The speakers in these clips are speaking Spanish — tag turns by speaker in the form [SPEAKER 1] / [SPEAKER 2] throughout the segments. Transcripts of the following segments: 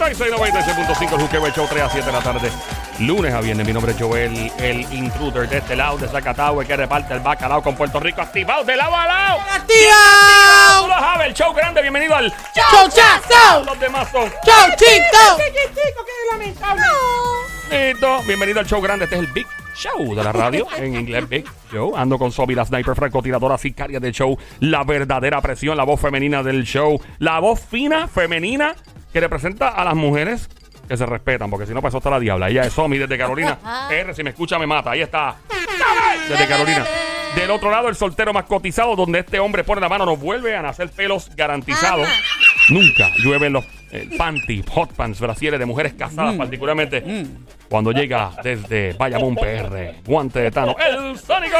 [SPEAKER 1] 696.5 el Juqueo, el show 3 a 7 de la tarde. Lunes a viernes, mi nombre es Joel, el intruder de este lado, de Zacatau, el que reparte el bacalao con Puerto Rico, activado de lado a lado. Tú
[SPEAKER 2] ¡Activao!
[SPEAKER 1] lo sabes, el show grande, bienvenido al
[SPEAKER 2] ¡Chau, chazo!
[SPEAKER 1] Los demás son
[SPEAKER 2] ¡Chau, chito!
[SPEAKER 1] Listo. Bienvenido al show grande. Este es el Big Show de la radio. en inglés, Big Show. Ando con Sobi, la sniper francotiradora sicaria del show. La verdadera presión, la voz femenina del show. La voz fina, femenina, que representa a las mujeres que se respetan. Porque si no, pasó hasta la diabla. Ella es Somi desde Carolina. R, si me escucha, me mata. Ahí está. Desde Carolina. Del otro lado, el soltero más cotizado, donde este hombre pone la mano, nos vuelve a nacer pelos garantizados. Nunca llueven los eh, panty, hot pants, brasieres de mujeres
[SPEAKER 3] Mm.
[SPEAKER 1] casadas, particularmente cuando llega desde Bayamón PR, guante de Tano, el Sónico.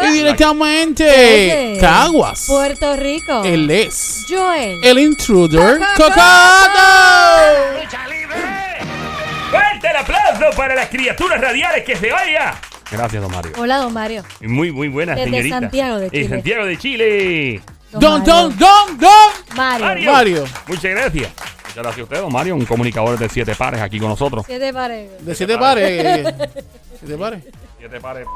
[SPEAKER 2] Y
[SPEAKER 3] Ese.
[SPEAKER 2] directamente, Eh, Caguas, Eh.
[SPEAKER 3] Puerto Rico.
[SPEAKER 2] él es
[SPEAKER 3] Joel.
[SPEAKER 2] el intruder
[SPEAKER 3] Cocoto.
[SPEAKER 2] Cocoto.
[SPEAKER 1] ¡Fuerte el aplauso para las criaturas radiales que se vaya! Gracias, don Mario.
[SPEAKER 3] Hola, don Mario.
[SPEAKER 1] Muy, muy buenas,
[SPEAKER 3] Desde
[SPEAKER 1] señorita.
[SPEAKER 3] Santiago de
[SPEAKER 1] Y
[SPEAKER 3] Chile.
[SPEAKER 1] Santiago de Chile.
[SPEAKER 2] Don,
[SPEAKER 3] Mario.
[SPEAKER 2] don, don, don.
[SPEAKER 3] Mario.
[SPEAKER 1] Mario.
[SPEAKER 2] Mario.
[SPEAKER 1] Muchas gracias. Muchas gracias a usted, don Mario, un comunicador de siete pares aquí con nosotros.
[SPEAKER 3] Siete pares.
[SPEAKER 2] De siete pares. Siete pares.
[SPEAKER 1] Siete pares.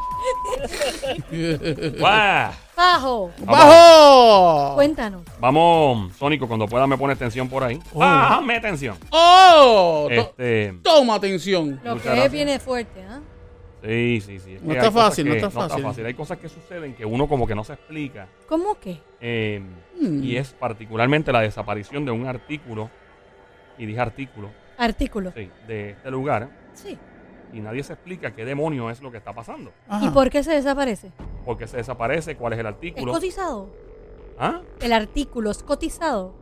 [SPEAKER 1] ¡Guau!
[SPEAKER 3] Bajo.
[SPEAKER 2] ¡Bajo!
[SPEAKER 3] Cuéntanos.
[SPEAKER 1] Vamos, Sónico, cuando pueda me pones tensión por ahí. ¡Bájame tensión!
[SPEAKER 2] ¡Oh! to-
[SPEAKER 1] Este,
[SPEAKER 2] Toma atención.
[SPEAKER 3] Lo
[SPEAKER 1] Muchas
[SPEAKER 3] que
[SPEAKER 1] gracias.
[SPEAKER 3] viene fuerte, ¿ah?
[SPEAKER 1] sí, sí, sí. Es que
[SPEAKER 2] No
[SPEAKER 1] hay
[SPEAKER 2] está
[SPEAKER 1] cosas
[SPEAKER 2] fácil,
[SPEAKER 1] que-
[SPEAKER 2] no está fácil.
[SPEAKER 1] Hay cosas que suceden que uno como que no se explica.
[SPEAKER 3] ¿Cómo que?
[SPEAKER 1] eh,
[SPEAKER 2] Mm.
[SPEAKER 1] Y es particularmente la desaparición de un artículo, y dije artículo,
[SPEAKER 3] Artículo.
[SPEAKER 1] sí, de este lugar,
[SPEAKER 3] Sí.
[SPEAKER 1] y nadie se explica qué demonio es lo que está pasando.
[SPEAKER 3] ¿Y
[SPEAKER 2] Ajá.
[SPEAKER 3] por qué se desaparece?
[SPEAKER 1] ¿Por qué se desaparece? ¿Cuál es el
[SPEAKER 3] ¿Es
[SPEAKER 1] artículo?
[SPEAKER 3] cotizado?
[SPEAKER 1] ¿Ah?
[SPEAKER 3] El artículo es cotizado.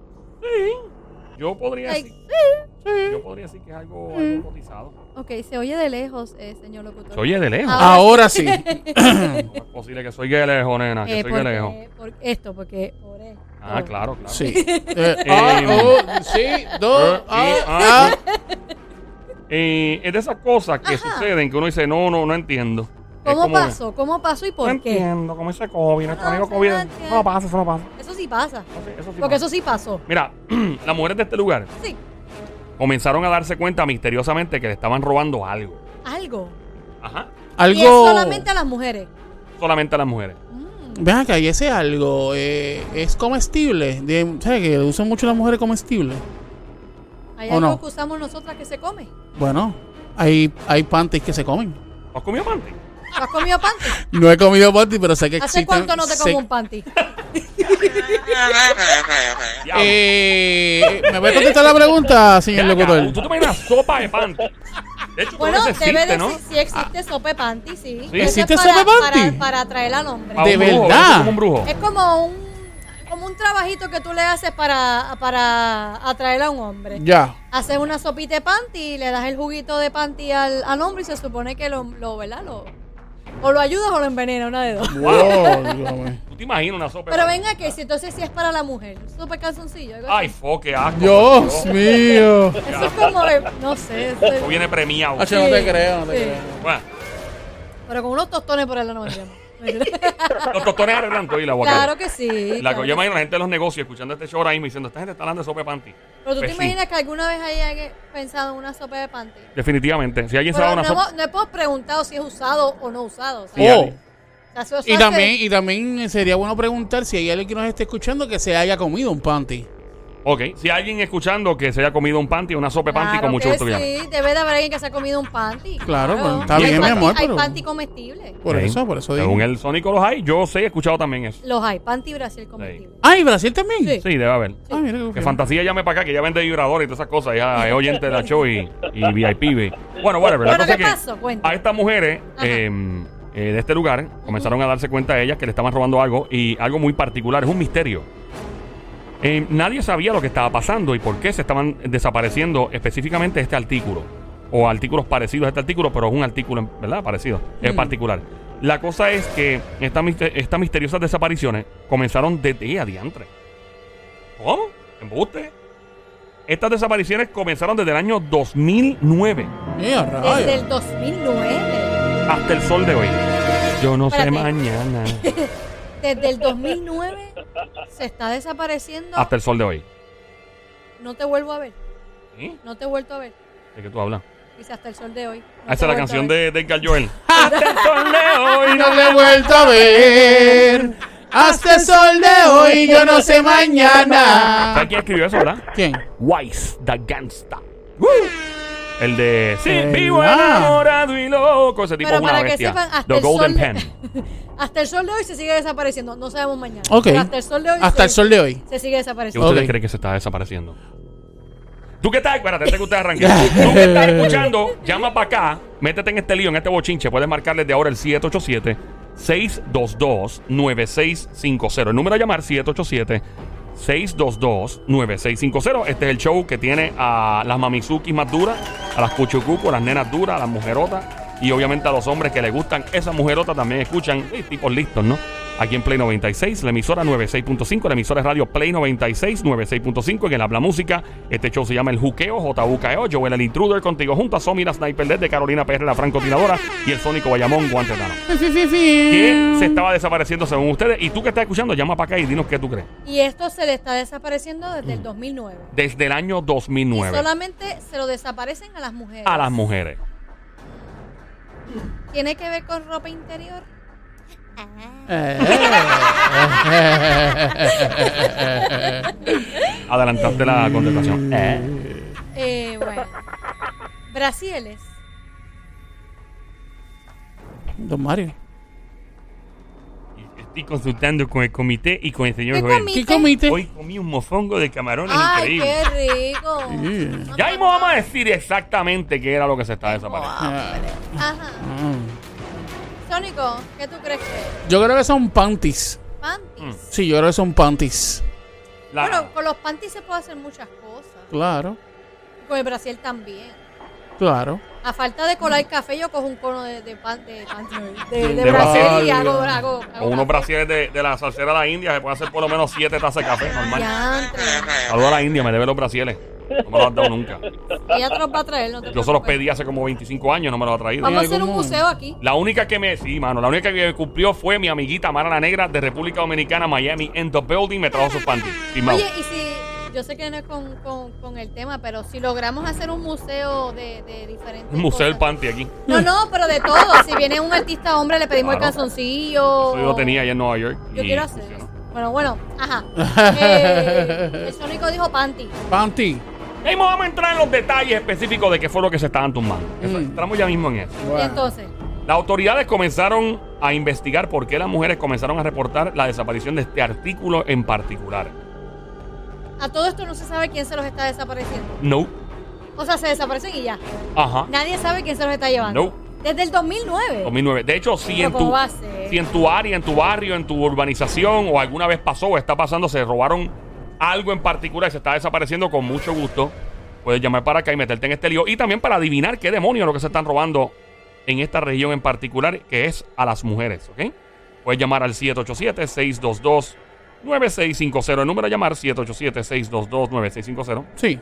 [SPEAKER 1] Yo podría
[SPEAKER 3] Ay, Mm.
[SPEAKER 1] decir, yo podría decir que es algo, algo cotizado.
[SPEAKER 3] Ok, se oye de lejos, eh, señor locutor.
[SPEAKER 1] Soy de lejos.
[SPEAKER 3] Ah,
[SPEAKER 2] Ahora sí.
[SPEAKER 1] No es posible que soy de lejos, nena, que
[SPEAKER 3] Eh,
[SPEAKER 1] soy de
[SPEAKER 3] porque-
[SPEAKER 1] lejos.
[SPEAKER 3] por esto, porque oré.
[SPEAKER 1] Ah,
[SPEAKER 3] Oh.
[SPEAKER 1] claro, claro.
[SPEAKER 2] Sí. Eh, ah, oh, sí, dos,
[SPEAKER 1] Eh, eh,
[SPEAKER 2] ah, ah.
[SPEAKER 1] Eh, es de esas cosas que
[SPEAKER 3] Ajá.
[SPEAKER 1] suceden que uno dice, no, no, no entiendo. Es
[SPEAKER 3] ¿Cómo
[SPEAKER 1] como-
[SPEAKER 3] pasó? ¿Cómo pasó y por
[SPEAKER 1] no
[SPEAKER 3] qué?
[SPEAKER 1] entiendo, como dice COVID, nuestro
[SPEAKER 3] No,
[SPEAKER 1] amigo
[SPEAKER 3] se
[SPEAKER 1] COVID.
[SPEAKER 3] no
[SPEAKER 1] Eso no pasa, eso no pasa.
[SPEAKER 3] Eso sí pasa.
[SPEAKER 1] No sé, eso sí pasa.
[SPEAKER 3] Porque eso sí pasó.
[SPEAKER 1] Mira, las mujeres de este lugar
[SPEAKER 3] Sí.
[SPEAKER 1] comenzaron a darse cuenta misteriosamente que le estaban robando algo.
[SPEAKER 3] Algo.
[SPEAKER 1] Ajá.
[SPEAKER 3] Y es
[SPEAKER 2] Algo.
[SPEAKER 3] solamente a las mujeres. Mm,
[SPEAKER 1] Solamente a las mujeres.
[SPEAKER 2] Ven acá, y ese algo eh, es comestible. De, ¿Sabes que usan mucho las mujeres comestibles?
[SPEAKER 3] Hay
[SPEAKER 2] ¿O
[SPEAKER 3] algo
[SPEAKER 2] no?
[SPEAKER 3] que usamos nosotras que se come.
[SPEAKER 2] Bueno, hay, hay panties que se comen.
[SPEAKER 1] ¿No has comido panty?
[SPEAKER 3] ¿Tú has comido panty?
[SPEAKER 2] No he comido panty, pero sé que
[SPEAKER 3] ¿Hace
[SPEAKER 2] existen.
[SPEAKER 3] cuánto no te
[SPEAKER 2] sé-
[SPEAKER 3] como un panty?
[SPEAKER 1] Diablo.
[SPEAKER 2] Eh, ¿Me voy a contestar la pregunta, señor
[SPEAKER 1] Ven acá, Tú
[SPEAKER 2] locutor?
[SPEAKER 1] te pones una sopa de panty. De hecho,
[SPEAKER 3] Bueno,
[SPEAKER 1] creo que se
[SPEAKER 3] debe
[SPEAKER 1] existe,
[SPEAKER 3] de
[SPEAKER 1] ¿no?
[SPEAKER 3] si, si existe sope panty, sí.
[SPEAKER 1] Sí.
[SPEAKER 3] Eso es
[SPEAKER 2] Ah. ¿Existe
[SPEAKER 3] para-
[SPEAKER 2] sope panty? Ah.
[SPEAKER 3] Para, para atraer al hombre.
[SPEAKER 1] A un
[SPEAKER 2] ¿De
[SPEAKER 1] brujo,
[SPEAKER 2] verdad?
[SPEAKER 1] ¿verdad? Como un brujo.
[SPEAKER 3] Es como un como un trabajito que tú le haces para, para atraer a un hombre.
[SPEAKER 2] Ya.
[SPEAKER 3] Haces una sopita de panty, le das el juguito de panty al, al hombre y se supone que lo, lo ¿verdad? Lo, o lo ayudas o lo envenena, una de dos.
[SPEAKER 2] Wow, dígame.
[SPEAKER 1] Tú te imaginas una sopa de
[SPEAKER 3] Pero
[SPEAKER 1] panty.
[SPEAKER 3] venga que si entonces si es para la mujer, súper calzoncillo. algo
[SPEAKER 1] Ay,
[SPEAKER 3] así.
[SPEAKER 1] fo, qué asco.
[SPEAKER 2] Dios mío.
[SPEAKER 3] Eso es como, de- no sé, eso
[SPEAKER 1] Eso
[SPEAKER 3] es-
[SPEAKER 1] viene premiado.
[SPEAKER 2] Hacho, Ah, no te
[SPEAKER 3] Sí,
[SPEAKER 2] creo, no te
[SPEAKER 3] sí.
[SPEAKER 2] creo.
[SPEAKER 1] Bueno,
[SPEAKER 3] pero con unos tostones por el no vendríamos.
[SPEAKER 1] los tostones arreglan todo y la aguacate.
[SPEAKER 3] Claro que sí.
[SPEAKER 1] La,
[SPEAKER 3] claro
[SPEAKER 1] yo
[SPEAKER 3] que
[SPEAKER 1] imagino la gente de los negocios escuchando este show ahora mismo diciendo, esta gente está hablando de sopa de panty.
[SPEAKER 3] sí. Pero tú
[SPEAKER 1] Pues
[SPEAKER 3] te
[SPEAKER 1] sí,
[SPEAKER 3] imaginas que alguna vez haya pensado en una sopa de panty.
[SPEAKER 1] Definitivamente. Si alguien se da
[SPEAKER 3] Pero no,
[SPEAKER 1] una sopa...
[SPEAKER 3] hemos, no hemos preguntado si es usado o no usado. o sea,
[SPEAKER 1] Sí,
[SPEAKER 2] Oh,
[SPEAKER 1] Ale.
[SPEAKER 3] eso- eso
[SPEAKER 2] y
[SPEAKER 3] hace-
[SPEAKER 2] también, y también sería bueno preguntar si hay alguien que nos esté escuchando que se haya comido un panty.
[SPEAKER 1] Ok. Si alguien escuchando que se haya comido un panty, una sopa de panty,
[SPEAKER 3] Claro
[SPEAKER 1] con mucho
[SPEAKER 3] que
[SPEAKER 1] gusto que llame.
[SPEAKER 3] Sí, debe de haber alguien que se ha comido un panty.
[SPEAKER 2] Claro, pues, está
[SPEAKER 3] Y hay
[SPEAKER 2] bien, mi
[SPEAKER 3] panty-
[SPEAKER 2] amor,
[SPEAKER 3] Hay
[SPEAKER 2] pero-
[SPEAKER 3] panty comestibles.
[SPEAKER 2] Por
[SPEAKER 1] Sí.
[SPEAKER 2] eso, por eso digo.
[SPEAKER 1] Según el Sónico los hay, yo sé, he escuchado también eso.
[SPEAKER 3] Los hay, panty Brasil comestibles.
[SPEAKER 2] Ah, ¿y Brasil también?
[SPEAKER 3] Sí.
[SPEAKER 1] Sí, debe haber.
[SPEAKER 2] Ah, mira qué
[SPEAKER 1] Que
[SPEAKER 2] fantástico.
[SPEAKER 1] fantasía llame para acá, que ya vende vibradores y todas esas cosas. Ya es oyente de la show y, y VIP. ve. Bueno, whatever. La
[SPEAKER 3] Bueno,
[SPEAKER 1] cosa
[SPEAKER 3] ¿qué
[SPEAKER 1] es que
[SPEAKER 3] pasó? Cuenta.
[SPEAKER 1] a estas mujeres
[SPEAKER 3] Ajá.
[SPEAKER 1] eh, eh, de este lugar comenzaron a darse cuenta de ellas que le estaban robando algo y algo muy particular, es un misterio. Eh, nadie sabía lo que estaba pasando y por qué se estaban desapareciendo específicamente este artículo. O artículos parecidos a este artículo, pero es un artículo, ¿verdad? Parecido, es particular. La cosa es que esta mister- estas misteriosas desapariciones comenzaron desde a diantre. ¿Cómo? ¿Embuste? Estas desapariciones comenzaron desde el año 2009
[SPEAKER 2] Mira,
[SPEAKER 3] Desde
[SPEAKER 2] rayos.
[SPEAKER 3] el 2009.
[SPEAKER 1] hasta el sol de hoy. Yo no sé
[SPEAKER 3] Espérate.
[SPEAKER 1] mañana.
[SPEAKER 3] Desde el 2009 se está desapareciendo.
[SPEAKER 1] hasta el sol de hoy.
[SPEAKER 3] No te vuelvo a ver.
[SPEAKER 1] ¿Eh?
[SPEAKER 3] No te he vuelto a ver.
[SPEAKER 1] ¿De qué tú hablas?
[SPEAKER 3] Dice hasta el sol de hoy. No
[SPEAKER 1] Ah, esa
[SPEAKER 3] te
[SPEAKER 1] es la
[SPEAKER 3] he vuelto a
[SPEAKER 1] canción de,
[SPEAKER 3] ver.
[SPEAKER 1] de Edgar Joel. Hasta el torneo y
[SPEAKER 2] No le he vuelto a ver. Hasta el sol de hoy, yo no sé mañana.
[SPEAKER 1] ¿Sabes quién escribió eso, verdad?
[SPEAKER 2] ¿Quién?
[SPEAKER 1] Wise the Eh, Gangsta. El de Sí,
[SPEAKER 2] ¿Verdad?
[SPEAKER 1] vivo enamorado y loco. Ese tipo
[SPEAKER 3] Pero
[SPEAKER 1] es una
[SPEAKER 3] para que
[SPEAKER 1] bestia.
[SPEAKER 3] sepan, hasta
[SPEAKER 1] the
[SPEAKER 3] el,
[SPEAKER 1] Golden
[SPEAKER 3] sol
[SPEAKER 1] Pen.
[SPEAKER 3] de, hasta el sol de hoy se sigue desapareciendo. No sabemos mañana.
[SPEAKER 2] Ok.
[SPEAKER 3] Pero Hasta el sol de hoy.
[SPEAKER 2] Hasta
[SPEAKER 3] se,
[SPEAKER 2] el sol de hoy.
[SPEAKER 3] Se sigue
[SPEAKER 1] ¿Y
[SPEAKER 3] desapareciendo.
[SPEAKER 1] ustedes
[SPEAKER 2] Ok.
[SPEAKER 1] creen que se está desapareciendo? Tú que estás, espérate, antes que usted arranque. Tú que estás escuchando, llama para acá, métete en este lío, en este bochinche. Puedes marcarles de ahora el 787 622 9650. El número a llamar 787 622 9650. Este es el show que tiene a las mamizukis más duras, a las cuchucucu, a las nenas duras, a las mujerotas y obviamente a los hombres que les gustan esas mujerotas también escuchan eh, tipos listos, ¿no? Aquí en Play 96, la emisora 96.5, la emisora es radio Play 96, 96.5, en el Habla Música. Este show se llama El Juqueo, JUKEO, E Joel el Intruder, contigo junto a Somi, la Sniper Dead de Carolina PR, la francotiradora, y el Sónico Bayamón, Guantetano. Que se estaba desapareciendo según ustedes. Y tú que estás escuchando, llama para acá y dinos qué tú crees.
[SPEAKER 3] Y esto se le está desapareciendo desde
[SPEAKER 2] Mm.
[SPEAKER 3] el 2009.
[SPEAKER 1] Desde el año
[SPEAKER 3] Y
[SPEAKER 1] 2009
[SPEAKER 3] solamente se lo desaparecen a las mujeres.
[SPEAKER 1] a las mujeres.
[SPEAKER 3] ¿Tiene que ver con ropa interior?
[SPEAKER 2] Eh,
[SPEAKER 1] Adelantaste la contestación. Eh.
[SPEAKER 3] Eh, bueno. Brasiles.
[SPEAKER 2] Don Mario.
[SPEAKER 1] Estoy consultando con el comité y con el señor
[SPEAKER 3] ¿Qué
[SPEAKER 1] Joel.
[SPEAKER 3] comité?
[SPEAKER 2] ¿Qué comiste?
[SPEAKER 1] Hoy comí un mofongo de camarones
[SPEAKER 3] Ay,
[SPEAKER 1] increíble.
[SPEAKER 3] qué rico.
[SPEAKER 2] Yeah.
[SPEAKER 1] Ya mismo vamos a decir exactamente qué era lo que se está desapareciendo.
[SPEAKER 2] Ah,
[SPEAKER 3] Ajá.
[SPEAKER 2] mm.
[SPEAKER 3] Sónico, ¿qué tú crees que
[SPEAKER 1] Mm.
[SPEAKER 3] es?
[SPEAKER 2] Yo creo que son panties.
[SPEAKER 3] Panties.
[SPEAKER 2] Sí, yo creo que son panties.
[SPEAKER 1] La-
[SPEAKER 3] Bueno, con los panties se puede hacer muchas cosas.
[SPEAKER 2] Claro,
[SPEAKER 3] Con el Brasil también.
[SPEAKER 2] claro.
[SPEAKER 3] A falta de colar café, yo cojo un cono de, de pan, de, pan- de, de- de
[SPEAKER 1] Mm. De
[SPEAKER 3] Brasil y
[SPEAKER 2] Brasil.
[SPEAKER 3] hago, hago, hago
[SPEAKER 1] con unos
[SPEAKER 3] café.
[SPEAKER 1] brasiles de, de la salsera de la India se puede hacer por lo menos siete tazas de café normal.
[SPEAKER 3] Diantre.
[SPEAKER 1] Saludos a la India, me debe los brasiles. No me los han dado nunca.
[SPEAKER 3] Ella te los va a traer, no te
[SPEAKER 1] Yo se los
[SPEAKER 3] preocupes.
[SPEAKER 1] pedí hace como 25 años, no me los ha traído.
[SPEAKER 3] Vamos a hacer un
[SPEAKER 2] ¿Cómo?
[SPEAKER 3] museo aquí.
[SPEAKER 1] La única que me, sí, mano, la única que me cumplió fue mi amiguita Mara la Negra de República Dominicana, Miami, en The Building, me trajo sus panties. Sin más.
[SPEAKER 3] Oye, y si, yo sé que no es con, con, con el tema, pero si logramos hacer un museo de, de diferentes
[SPEAKER 1] Un museo del
[SPEAKER 3] cosas.
[SPEAKER 1] panty aquí.
[SPEAKER 3] No, no, pero de todo. Si viene un artista hombre, le pedimos el
[SPEAKER 1] Claro.
[SPEAKER 3] calzoncillo.
[SPEAKER 1] Eso yo lo tenía allá en Nueva York.
[SPEAKER 3] Yo
[SPEAKER 1] y
[SPEAKER 3] quiero hacer
[SPEAKER 1] funcionó.
[SPEAKER 3] eso. Bueno, bueno, ajá. Eh, el Sónico dijo panty.
[SPEAKER 2] Panty.
[SPEAKER 1] Ya mismo vamos a entrar en los detalles específicos de qué fue lo que se estaban tumbando. Eso,
[SPEAKER 2] Mm.
[SPEAKER 1] Entramos ya mismo en eso.
[SPEAKER 3] Y
[SPEAKER 2] Bueno.
[SPEAKER 3] entonces,
[SPEAKER 1] Las autoridades comenzaron a investigar por qué las mujeres comenzaron a reportar la desaparición de este artículo en particular.
[SPEAKER 3] a todo esto no se sabe quién se los está desapareciendo.
[SPEAKER 1] No.
[SPEAKER 3] O sea, se desaparecen y ya.
[SPEAKER 1] Ajá.
[SPEAKER 3] Nadie sabe quién se los está llevando.
[SPEAKER 1] No.
[SPEAKER 3] Desde el 2009.
[SPEAKER 1] 2009. De hecho, si
[SPEAKER 3] Pero
[SPEAKER 1] en,
[SPEAKER 3] ¿cómo
[SPEAKER 1] tu,
[SPEAKER 3] va a ser?
[SPEAKER 1] si en tu área, en tu barrio, en tu urbanización o alguna vez pasó o está pasando, se robaron algo en particular y se está desapareciendo con mucho gusto, puedes llamar para acá y meterte en este lío. Y también para adivinar qué demonio es lo que se están robando en esta región en particular, que es a las mujeres, ¿ok? Puedes llamar al 787-622-9650. El número a llamar 787-622-9650.
[SPEAKER 2] Sí.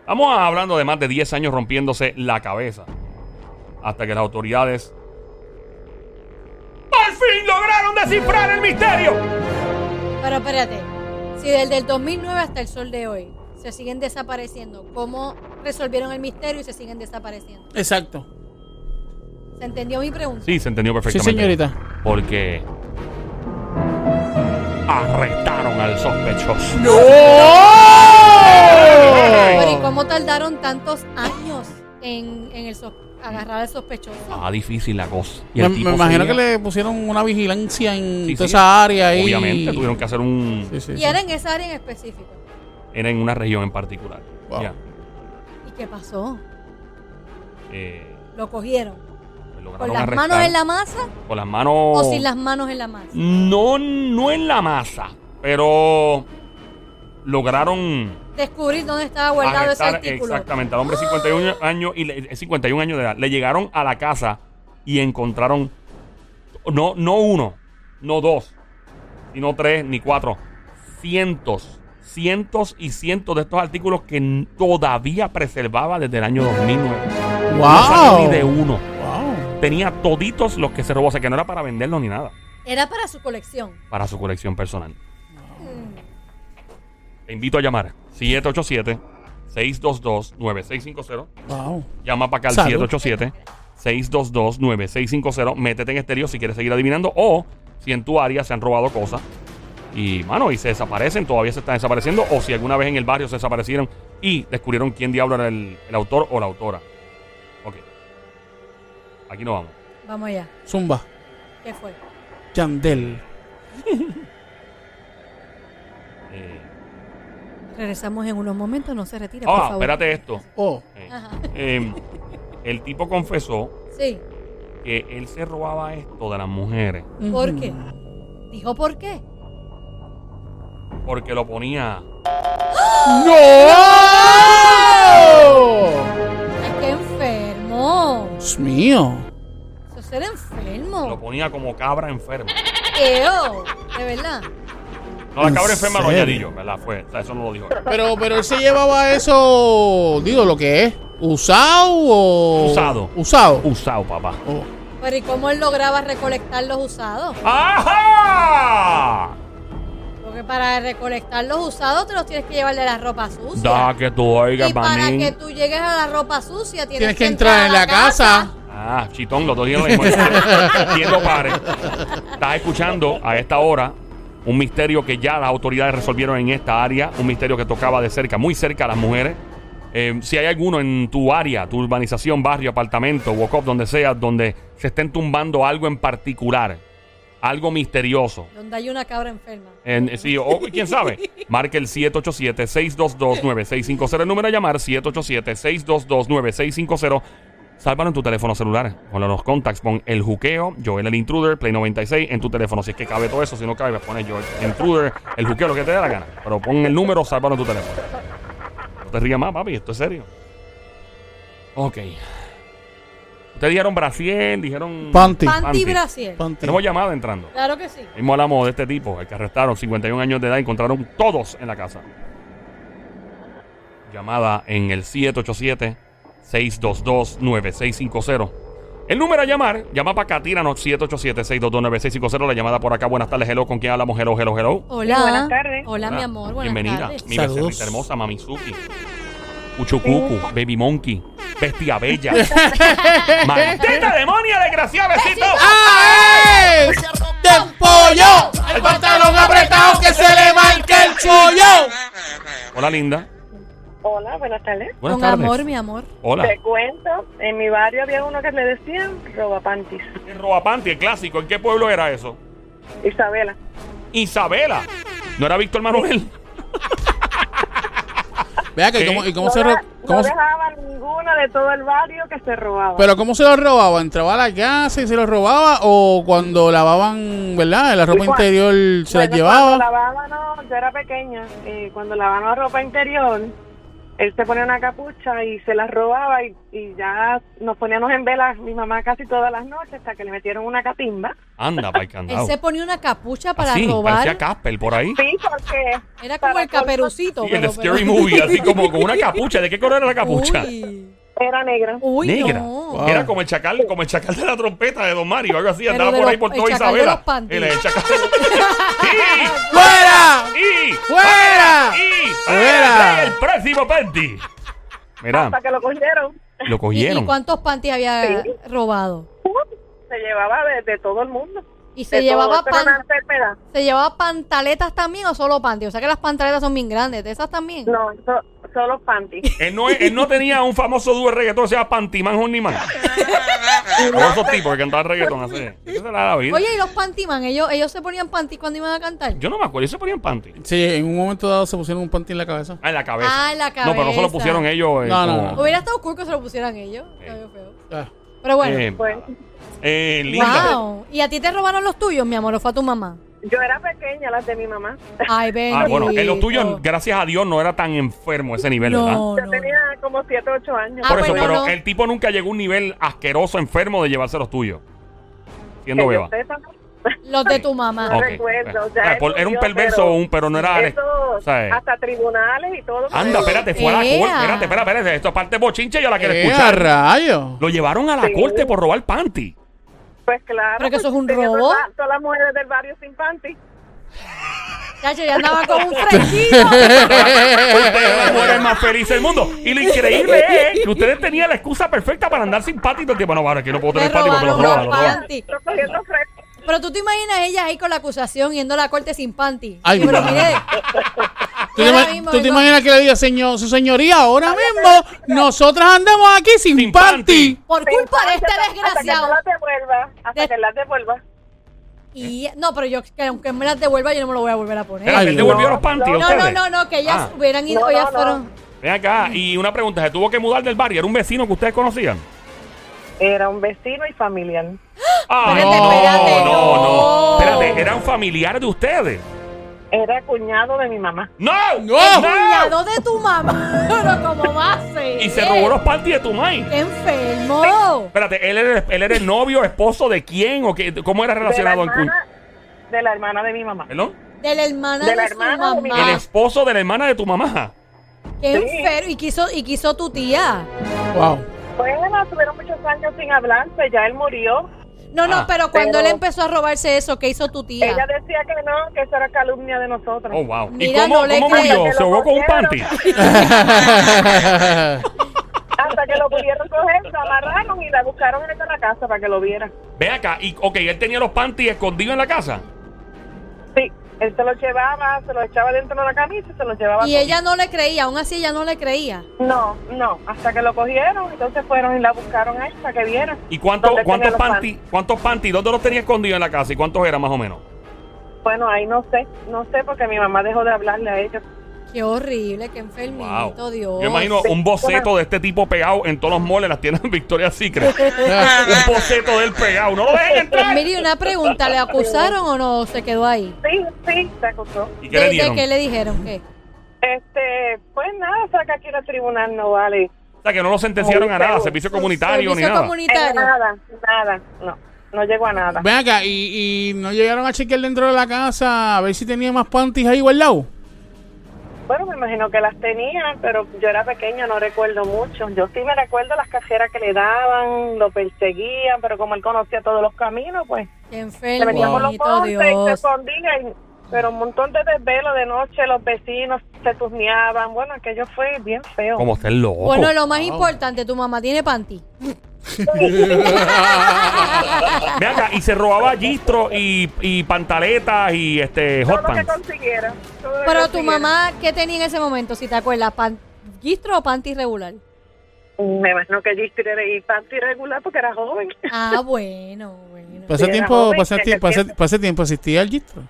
[SPEAKER 1] Estamos hablando de más de 10 años rompiéndose la cabeza. Hasta que las autoridades. ¡Al fin lograron descifrar el misterio!
[SPEAKER 3] Pero espérate, si desde el 2009 hasta el sol de hoy se siguen desapareciendo, ¿cómo resolvieron el misterio y se siguen desapareciendo?
[SPEAKER 2] Exacto.
[SPEAKER 3] ¿Se entendió mi pregunta?
[SPEAKER 1] Sí, se entendió
[SPEAKER 2] Sí,
[SPEAKER 1] perfectamente.
[SPEAKER 2] señorita.
[SPEAKER 1] Porque. Arrestaron al sospechoso.
[SPEAKER 3] Pero ¿y
[SPEAKER 2] ¡No!
[SPEAKER 3] cómo tardaron tantos años en, en el sos- agarrar al sospechoso?
[SPEAKER 1] Ah, difícil la cosa. Y
[SPEAKER 2] Me,
[SPEAKER 1] el
[SPEAKER 2] me
[SPEAKER 1] tipo
[SPEAKER 2] imagino
[SPEAKER 1] seguía-
[SPEAKER 2] que le pusieron una vigilancia en
[SPEAKER 1] Sí,
[SPEAKER 2] toda
[SPEAKER 1] sí.
[SPEAKER 2] esa área ahí.
[SPEAKER 1] Obviamente tuvieron que hacer un.
[SPEAKER 2] Sí, sí,
[SPEAKER 3] Y
[SPEAKER 2] sí.
[SPEAKER 3] era en esa área en específico.
[SPEAKER 1] Era en una región en particular.
[SPEAKER 2] Wow.
[SPEAKER 1] Ya.
[SPEAKER 3] ¿Y qué pasó?
[SPEAKER 1] Eh,
[SPEAKER 3] Lo cogieron.
[SPEAKER 1] pues
[SPEAKER 3] ¿Con
[SPEAKER 1] lograron
[SPEAKER 3] las
[SPEAKER 1] arrestar.
[SPEAKER 3] manos en la masa
[SPEAKER 1] Con las manos.
[SPEAKER 3] o sin las manos en la masa?
[SPEAKER 1] No, no en la masa, pero lograron
[SPEAKER 3] Descubrir dónde estaba guardado
[SPEAKER 1] arrestar
[SPEAKER 3] ese artículo. ¡Ah!
[SPEAKER 1] exactamente al hombre 51 años y le- 51 años de edad. Le llegaron a la casa y encontraron no no uno, no dos, sino tres ni cuatro, cientos, cientos y cientos de estos artículos que n- todavía preservaba desde el año 2009. No salió ni de
[SPEAKER 2] ¡Wow!
[SPEAKER 1] uno.
[SPEAKER 2] ¡Wow!
[SPEAKER 1] Tenía toditos los que se robó, o sea que no era para venderlos ni nada,
[SPEAKER 3] Era para su colección.
[SPEAKER 1] para su colección personal. Te invito a llamar 787 622-9650.
[SPEAKER 2] Wow.
[SPEAKER 1] Llama para acá al
[SPEAKER 2] Salud.
[SPEAKER 1] 787-622-9650. Métete en estéreo si quieres seguir adivinando. O si en tu área se han robado cosas. Y, mano, y se desaparecen, todavía se están desapareciendo. O si alguna vez en el barrio se desaparecieron y descubrieron quién diablo era el, el autor o la autora. Ok. Aquí nos vamos.
[SPEAKER 3] Vamos allá.
[SPEAKER 2] Zumba.
[SPEAKER 3] ¿Qué fue?
[SPEAKER 2] Yandel.
[SPEAKER 1] Eh,
[SPEAKER 3] Regresamos en unos momentos, no se retira, por
[SPEAKER 1] Ah,
[SPEAKER 3] favor.
[SPEAKER 1] espérate esto.
[SPEAKER 2] Oh.
[SPEAKER 1] Eh,
[SPEAKER 3] Ajá.
[SPEAKER 1] eh, el tipo confesó
[SPEAKER 3] Sí.
[SPEAKER 1] que él se robaba esto de las mujeres
[SPEAKER 3] ¿Por
[SPEAKER 2] Ujú.
[SPEAKER 3] qué? ¿Dijo por qué?
[SPEAKER 1] porque lo ponía
[SPEAKER 2] ¡No!
[SPEAKER 3] Ay, qué enfermo.
[SPEAKER 2] Dios mío.
[SPEAKER 3] Eso será
[SPEAKER 1] lo
[SPEAKER 3] enfermo.
[SPEAKER 1] ponía como cabra enferma.
[SPEAKER 3] ¿Qué? oh, De verdad.
[SPEAKER 1] No, la
[SPEAKER 2] ¿En
[SPEAKER 1] cabra enferma lo
[SPEAKER 2] serio?
[SPEAKER 1] añadillo, ¿verdad? Fue, o sea, eso no lo dijo. él.
[SPEAKER 2] Pero, pero él se llevaba eso, digo, lo que es, usado o...
[SPEAKER 1] Usado.
[SPEAKER 2] Usado.
[SPEAKER 1] Usado, papá.
[SPEAKER 2] Oh.
[SPEAKER 3] Pero ¿y cómo él lograba recolectar los usados?
[SPEAKER 1] ¡Ajá!
[SPEAKER 3] Porque para recolectar los usados te los tienes que llevar de la ropa sucia.
[SPEAKER 1] Da que tú oigas,
[SPEAKER 3] y para
[SPEAKER 1] manín.
[SPEAKER 3] que tú llegues a la ropa sucia tienes,
[SPEAKER 2] Tienes que entrar en
[SPEAKER 3] a
[SPEAKER 2] la casa.
[SPEAKER 1] Ah, chitón, los dos días lo mismo. ¿Quién lo pare? Estás escuchando a esta hora un misterio que ya las autoridades resolvieron en esta área, un misterio que tocaba de cerca, muy cerca a las mujeres. Eh, si hay alguno en tu área, tu urbanización, barrio, apartamento, walk-up, donde sea, donde se estén tumbando algo en particular, algo misterioso,
[SPEAKER 3] Donde hay una cabra enferma.
[SPEAKER 1] En, eh, sí, o quién sabe. Marque el 787-622-9650. El número a llamar 787-622-9650. Sálvalo en tu teléfono celular. Con los contacts, pon el juqueo, Joel el intruder, Play 96 en tu teléfono. Si es que cabe todo eso, si no cabe, pones Joel el intruder, el juqueo, lo que te dé la gana. Pero pon el número, sálvalo en tu teléfono. No te rías más, papi, esto es serio. Ok. Ustedes dijeron Brasil, dijeron.
[SPEAKER 2] Panty.
[SPEAKER 3] Panty,
[SPEAKER 1] Panty.
[SPEAKER 3] Brasil.
[SPEAKER 2] Panty.
[SPEAKER 1] Tenemos llamada entrando.
[SPEAKER 3] Claro que sí.
[SPEAKER 1] Mismo hablamos de este tipo, el que arrestaron, 51 años de edad, encontraron todos en la casa. Llamada en el 787-622-9650. El número a llamar, llama para acá, tíranos 787-622-9650. La llamada por acá, buenas tardes, hello, ¿con quién hablamos? Hello, hello, hello.
[SPEAKER 3] Hola.
[SPEAKER 4] Sí, buenas tardes.
[SPEAKER 3] Hola, mi amor. Buenas
[SPEAKER 1] Bienvenida,
[SPEAKER 3] tardes.
[SPEAKER 1] mi
[SPEAKER 2] Saludos.
[SPEAKER 1] becerrita hermosa, Mamizuki. Uchucucu, Baby Monkey, Bestia Bella. ¡Maldita demonia, desgraciada, besito!
[SPEAKER 2] ¡Ah, eh! ¡De pollo! ¡El pantalón apretado que se le marque el pollo!
[SPEAKER 1] Hola, linda.
[SPEAKER 4] Hola, buenas tardes.
[SPEAKER 1] Buenas
[SPEAKER 3] Con
[SPEAKER 1] tardes.
[SPEAKER 3] amor, mi amor.
[SPEAKER 2] Ah.
[SPEAKER 1] Hola.
[SPEAKER 4] Te cuento, en mi barrio había uno que le decían robapantis.
[SPEAKER 1] El Robapanti, el clásico. ¿En qué pueblo era eso?
[SPEAKER 4] Isabela.
[SPEAKER 1] Isabela. ¿No era Víctor Manuel?
[SPEAKER 2] Vea que,
[SPEAKER 1] Sí.
[SPEAKER 2] ¿cómo, ¿y cómo
[SPEAKER 4] no
[SPEAKER 2] se...
[SPEAKER 4] de-
[SPEAKER 2] ro-
[SPEAKER 4] no
[SPEAKER 2] cómo se-
[SPEAKER 4] dejaba ninguno de todo el barrio que se robaba.
[SPEAKER 2] pero ¿cómo se lo robaba? ¿Entraba a la casa y se lo robaba? ¿O cuando lavaban, verdad? La ropa
[SPEAKER 4] Igual.
[SPEAKER 2] interior se la
[SPEAKER 4] Bueno,
[SPEAKER 2] llevaba.
[SPEAKER 4] Cuando lavábamos, yo era pequeña, eh, cuando lavábamos ropa interior, él se ponía una capucha y se la robaba y, y ya nos poníamos en velas mi mamá casi todas las noches hasta que le metieron una catimba.
[SPEAKER 1] Anda, pa'l
[SPEAKER 3] Él
[SPEAKER 1] candado.
[SPEAKER 3] se ponía una capucha para
[SPEAKER 1] Así, Ah, parecía
[SPEAKER 3] robar.
[SPEAKER 1] Casper por ahí.
[SPEAKER 4] Sí, porque...
[SPEAKER 3] Era como el caperucito.
[SPEAKER 1] Sí, el de
[SPEAKER 3] pero- pero-
[SPEAKER 1] Scary Movie, así como con una capucha. ¿De qué color era la capucha?
[SPEAKER 3] Uy,
[SPEAKER 4] Era negra.
[SPEAKER 3] Uy,
[SPEAKER 1] Negra.
[SPEAKER 3] no.
[SPEAKER 2] Wow.
[SPEAKER 1] Era como el chacal, como el chacal de la trompeta de Don Mario, algo así.
[SPEAKER 3] Pero
[SPEAKER 1] Andaba
[SPEAKER 3] de
[SPEAKER 1] por
[SPEAKER 3] los-
[SPEAKER 1] ahí por
[SPEAKER 3] el
[SPEAKER 1] toda
[SPEAKER 3] chacal de
[SPEAKER 1] Isabela.
[SPEAKER 3] los panties.
[SPEAKER 1] Él es el chacal.
[SPEAKER 2] ¡Fuera!
[SPEAKER 1] ¡Y! ¡Y!
[SPEAKER 2] ¡Fuera!
[SPEAKER 1] ¡Y!
[SPEAKER 2] ¡Fuera!
[SPEAKER 1] ¡El próximo panty!
[SPEAKER 2] Ah.
[SPEAKER 1] Mirá,
[SPEAKER 4] Hasta que lo cogieron.
[SPEAKER 1] lo
[SPEAKER 3] ¿Y, y
[SPEAKER 1] cogieron.
[SPEAKER 3] cuántos panties había robado?
[SPEAKER 4] Se llevaba de, de todo el mundo.
[SPEAKER 3] ¿Y se
[SPEAKER 4] De todo.
[SPEAKER 3] llevaba,
[SPEAKER 4] Eso era una
[SPEAKER 3] pan-
[SPEAKER 4] enfermedad.
[SPEAKER 3] se llevaba pantaletas también o solo panties? O sea que las pantaletas son bien grandes. ¿De esas también?
[SPEAKER 4] No, so- solo panty.
[SPEAKER 1] Él no, él no tenía un famoso dúo de reggaetón que se llama Pantimán Horniman. Como esos tipos que cantaban reggaetón así. Esa era la vida.
[SPEAKER 3] Oye, ¿y los pantiman? ¿Ellos, ¿Ellos se ponían panties cuando iban a cantar?
[SPEAKER 1] Yo no me acuerdo, ellos se ponían panty.
[SPEAKER 2] Sí, en un momento dado se pusieron un panty en la cabeza.
[SPEAKER 1] Ah, en la cabeza.
[SPEAKER 3] Ah, en la
[SPEAKER 1] No, pero no se lo
[SPEAKER 3] cabeza.
[SPEAKER 1] pusieron ellos. eh,
[SPEAKER 2] No, no,
[SPEAKER 1] como-
[SPEAKER 2] no.
[SPEAKER 3] Hubiera estado cool que se lo pusieran ellos. Está bien feo.
[SPEAKER 2] Ah.
[SPEAKER 3] Pero bueno.
[SPEAKER 1] Eh,
[SPEAKER 4] Pues
[SPEAKER 1] eh, linda.
[SPEAKER 3] wow. ¿Y a ti te robaron los tuyos, mi amor? ¿O fue a tu mamá?
[SPEAKER 4] yo era pequeña, las de mi mamá.
[SPEAKER 3] Ay, ven.
[SPEAKER 1] Ah, bueno, en lo tuyo, gracias a Dios, no era tan enfermo ese nivel, ¿verdad?
[SPEAKER 3] No,
[SPEAKER 4] Yo
[SPEAKER 3] no.
[SPEAKER 4] tenía como 7 o 8 años.
[SPEAKER 3] Ah,
[SPEAKER 1] Oh, Por eso,
[SPEAKER 3] bueno,
[SPEAKER 1] pero
[SPEAKER 3] no.
[SPEAKER 1] el tipo nunca llegó a un nivel asqueroso, enfermo de llevarse los tuyos.
[SPEAKER 4] Que
[SPEAKER 1] Siendo
[SPEAKER 4] yo
[SPEAKER 1] beba.
[SPEAKER 4] sepa,
[SPEAKER 3] Los de tu mamá.
[SPEAKER 4] no
[SPEAKER 1] Ok,
[SPEAKER 4] recuerdo,
[SPEAKER 1] bueno.
[SPEAKER 4] o sea,
[SPEAKER 1] Ah, por- era un
[SPEAKER 4] yo,
[SPEAKER 1] perverso,
[SPEAKER 4] pero
[SPEAKER 1] un, pero no era.
[SPEAKER 4] eso,
[SPEAKER 1] o sea, eh,
[SPEAKER 4] hasta tribunales y todo. pues,
[SPEAKER 1] anda, espérate, fue a la
[SPEAKER 3] Ea.
[SPEAKER 1] corte. Espérate, espérate, espérate. Esto es parte bochinche, yo la quiero
[SPEAKER 2] ¡Eh, a
[SPEAKER 1] escuchar.
[SPEAKER 2] rayo!
[SPEAKER 1] Lo llevaron a la
[SPEAKER 4] Sí.
[SPEAKER 1] corte por robar panty.
[SPEAKER 4] Pues claro.
[SPEAKER 3] Pero que eso es un
[SPEAKER 4] tenía
[SPEAKER 3] robo.
[SPEAKER 4] Todas, todas las mujeres del barrio sin panty.
[SPEAKER 3] Chacho, ya andaba con un fresquito.
[SPEAKER 1] Ustedes las mujeres más felices del mundo. Y lo increíble es que ustedes tenían la excusa perfecta para andar simpático. todo el tiempo. No, ahora que no puedo
[SPEAKER 3] Me
[SPEAKER 1] tener pático, pero
[SPEAKER 3] robaron
[SPEAKER 1] lo roban,
[SPEAKER 3] los
[SPEAKER 1] lo roban.
[SPEAKER 3] panties.
[SPEAKER 4] Yo cogiendo fresco.
[SPEAKER 3] Pero tú te imaginas ellas ahí con la acusación yendo a la corte sin panty.
[SPEAKER 2] Ay,
[SPEAKER 3] Y me lo
[SPEAKER 2] madre.
[SPEAKER 3] miré.
[SPEAKER 2] ¿Tú te,
[SPEAKER 3] Yo ahora
[SPEAKER 2] ima-
[SPEAKER 3] mismo
[SPEAKER 2] tú te
[SPEAKER 3] vengo-
[SPEAKER 2] imaginas que le diga, señor, su señoría, ahora mismo nosotras andamos aquí sin,
[SPEAKER 1] Sin
[SPEAKER 2] panty?
[SPEAKER 1] panty.
[SPEAKER 3] Por
[SPEAKER 4] Sí,
[SPEAKER 3] culpa de este
[SPEAKER 4] hasta-
[SPEAKER 3] desgraciado.
[SPEAKER 4] Hasta que no las devuelva. Hasta
[SPEAKER 3] De-
[SPEAKER 4] que las devuelva.
[SPEAKER 3] Y no, pero yo, que aunque me las devuelva, yo no me lo voy a volver a poner.
[SPEAKER 1] Espérate,
[SPEAKER 2] Ay,
[SPEAKER 1] él
[SPEAKER 2] Dios.
[SPEAKER 1] devolvió los panties a
[SPEAKER 3] No, no,
[SPEAKER 1] ustedes.
[SPEAKER 3] no, no, que ellas
[SPEAKER 1] Ah.
[SPEAKER 3] hubieran ido,
[SPEAKER 4] No, no,
[SPEAKER 3] ellas
[SPEAKER 4] no.
[SPEAKER 3] fueron.
[SPEAKER 1] Ven acá, y una pregunta, ¿se tuvo que mudar del barrio? ¿Era un vecino que ustedes conocían?
[SPEAKER 4] Era un vecino y familiar.
[SPEAKER 1] Ah,
[SPEAKER 3] Espérate, espérate,
[SPEAKER 1] no, no.
[SPEAKER 3] no.
[SPEAKER 1] Espérate, ¿eran familiares de ustedes?
[SPEAKER 4] Era cuñado de mi mamá.
[SPEAKER 1] ¡No! ¡Oh!
[SPEAKER 2] No.
[SPEAKER 3] Cuñado de tu mamá, pero como base.
[SPEAKER 1] Y se robó los panties de tu mãe.
[SPEAKER 3] ¡Qué enfermo!
[SPEAKER 1] Espérate, ¿él era, él era el novio, esposo de quién o qué, cómo era relacionado
[SPEAKER 4] de,
[SPEAKER 1] en
[SPEAKER 4] la
[SPEAKER 1] cuñado?
[SPEAKER 4] hermana, de la hermana de mi mamá.
[SPEAKER 1] ¿Perdón?
[SPEAKER 3] De la hermana de,
[SPEAKER 4] De la
[SPEAKER 3] su
[SPEAKER 4] hermana de mi
[SPEAKER 1] El
[SPEAKER 3] mamá.
[SPEAKER 4] mamá.
[SPEAKER 1] esposo de la hermana de tu mamá.
[SPEAKER 3] ¡Qué
[SPEAKER 4] Sí.
[SPEAKER 3] enfermo! Y quiso, y quiso tu tía.
[SPEAKER 2] Wow.
[SPEAKER 4] Bueno, tuvieron muchos años sin hablarse, ya él murió.
[SPEAKER 3] No, no,
[SPEAKER 1] Ah,
[SPEAKER 3] pero cuando
[SPEAKER 4] pero-
[SPEAKER 3] él empezó a robarse eso, ¿qué hizo tu tía?
[SPEAKER 4] Ella decía que no, que eso era calumnia de nosotros.
[SPEAKER 1] Oh, wow. ¿Y
[SPEAKER 3] Mira,
[SPEAKER 1] cómo,
[SPEAKER 3] no le
[SPEAKER 1] cómo
[SPEAKER 3] creo.
[SPEAKER 1] murió? ¿Se ahogó con un panty?
[SPEAKER 4] Hasta que lo pudieron coger, lo amarraron y la buscaron en la casa para que lo viera.
[SPEAKER 1] Ve acá, y, ok, él tenía los panties escondidos en la casa.
[SPEAKER 4] Sí, él se lo llevaba, se lo echaba dentro de la camisa y se lo llevaba.
[SPEAKER 3] Y
[SPEAKER 4] con-
[SPEAKER 3] ella no le creía, aún así ella no le creía.
[SPEAKER 4] No, no, hasta que lo cogieron, entonces fueron y la buscaron ahí para que viera.
[SPEAKER 1] ¿Y cuánto,
[SPEAKER 4] dónde
[SPEAKER 1] cuántos
[SPEAKER 4] tenía los
[SPEAKER 1] panties, cuántos panties, dónde los tenía escondidos en la casa y cuántos eran más o menos?
[SPEAKER 4] pan- Bueno, ahí no sé, no sé porque mi mamá dejó de hablarle a ellos.
[SPEAKER 3] Qué horrible, qué enfermito,
[SPEAKER 1] Wow.
[SPEAKER 3] Dios.
[SPEAKER 1] Yo imagino un boceto de este tipo pegado en todos los moles, las tiendas en Victoria's Secret. un boceto del pegado. No lo dejen entrar.
[SPEAKER 3] Pues Mire, una pregunta, ¿le acusaron o no se quedó ahí?
[SPEAKER 4] Sí, sí, se acusó.
[SPEAKER 1] ¿Y qué
[SPEAKER 3] ¿De,
[SPEAKER 1] le
[SPEAKER 3] de
[SPEAKER 1] dieron?
[SPEAKER 3] qué le dijeron? ¿Qué?
[SPEAKER 4] Este, pues nada, o sea que aquí en el tribunal no vale
[SPEAKER 1] O sea, que no lo sentenciaron a nada,
[SPEAKER 4] Seguro.
[SPEAKER 1] servicio comunitario ni
[SPEAKER 3] Servicio
[SPEAKER 1] nada.
[SPEAKER 4] Eh,
[SPEAKER 3] comunitario.
[SPEAKER 4] nada, nada, no, no llegó a nada.
[SPEAKER 2] Ven acá, y, y no llegaron a chequear dentro de la casa a ver si tenía más panties ahí guardado.
[SPEAKER 4] Bueno, me imagino que las tenían, pero yo era pequeña, no recuerdo mucho. Yo sí me recuerdo las cajeras que le daban, lo perseguían, pero como él conocía todos los caminos, pues
[SPEAKER 3] Qué
[SPEAKER 4] se metía por los
[SPEAKER 3] enfermito,
[SPEAKER 4] montes y se
[SPEAKER 3] Dios.
[SPEAKER 4] escondía. y- pero un montón de desvelo de noche, los vecinos se turneaban. Bueno, aquello fue bien feo.
[SPEAKER 1] Como usted es loco.
[SPEAKER 3] Bueno, lo más importante, tu mamá tiene panty.
[SPEAKER 1] Ve acá, y se robaba gistro y, y pantaletas y este
[SPEAKER 4] Todo
[SPEAKER 1] hot
[SPEAKER 4] lo que
[SPEAKER 1] pants.
[SPEAKER 4] consiguiera. todo lo que
[SPEAKER 3] Pero tu
[SPEAKER 4] consiguiera.
[SPEAKER 3] mamá, ¿qué tenía en ese momento, si te acuerdas? ¿Pan- ¿Gistro o panty regular?
[SPEAKER 4] Me imagino que allí era y panty regular porque era joven.
[SPEAKER 3] Ah, bueno, bueno.
[SPEAKER 2] Para ese
[SPEAKER 4] Sí, era
[SPEAKER 2] tiempo,
[SPEAKER 4] joven,
[SPEAKER 2] para ese
[SPEAKER 4] que
[SPEAKER 2] tie- para ese-
[SPEAKER 4] siempre-
[SPEAKER 2] para ese tiempo asistía al gistro.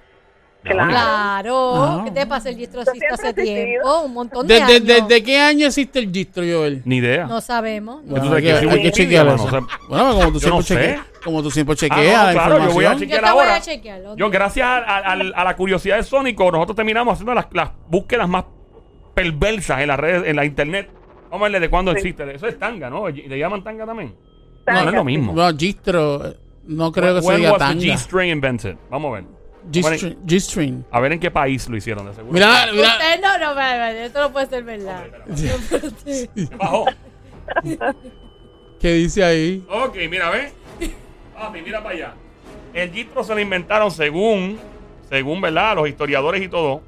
[SPEAKER 3] Claro,
[SPEAKER 2] Ah.
[SPEAKER 3] ¿qué te pasa el gistrocista
[SPEAKER 4] Yo siempre
[SPEAKER 3] hace
[SPEAKER 4] he existido.
[SPEAKER 3] tiempo? Un montón de
[SPEAKER 2] ¿Desde
[SPEAKER 3] años.
[SPEAKER 2] desde qué año existe el gistro, Joel?
[SPEAKER 1] Ni idea.
[SPEAKER 3] No sabemos.
[SPEAKER 1] tú
[SPEAKER 2] Bueno,
[SPEAKER 1] sabes
[SPEAKER 2] hay
[SPEAKER 1] que
[SPEAKER 2] que,
[SPEAKER 1] yo soy
[SPEAKER 2] hay que
[SPEAKER 1] Wikipedia,
[SPEAKER 2] chequear
[SPEAKER 1] mano,
[SPEAKER 2] eso.
[SPEAKER 1] o sea,
[SPEAKER 2] bueno, como tú
[SPEAKER 1] yo no
[SPEAKER 2] siempre chequeas,
[SPEAKER 1] sé.
[SPEAKER 2] como tú siempre
[SPEAKER 1] Ah, no,
[SPEAKER 2] chequeas la
[SPEAKER 1] claro, yo voy a
[SPEAKER 2] información.
[SPEAKER 1] chequear
[SPEAKER 3] Yo te voy
[SPEAKER 1] ahora.
[SPEAKER 3] a chequear, ok.
[SPEAKER 1] Yo, gracias a, a- a- a la curiosidad de Sónico, nosotros terminamos haciendo las, las búsquedas más perversas en las redes, en la internet. Vamos a verle de cuándo existe. Eso es tanga, ¿no? ¿Le llaman tanga también? No, no es lo mismo.
[SPEAKER 2] Bueno, gistro, eh, no creo que se
[SPEAKER 1] When
[SPEAKER 2] diga
[SPEAKER 1] was the
[SPEAKER 2] tanga.
[SPEAKER 1] G-string invented? Vamos a ver.
[SPEAKER 2] G-string. G-string.
[SPEAKER 1] A ver en qué país lo hicieron, de seguro.
[SPEAKER 2] Mira, mira.
[SPEAKER 3] Usted no, no, vale, vale, esto no puede ser verdad.
[SPEAKER 1] Bajó.
[SPEAKER 2] ¿Qué dice ahí?
[SPEAKER 1] Ok, mira, ve. Papi, mira para allá. El gistro se lo inventaron según, según, ¿verdad? Los historiadores y todo,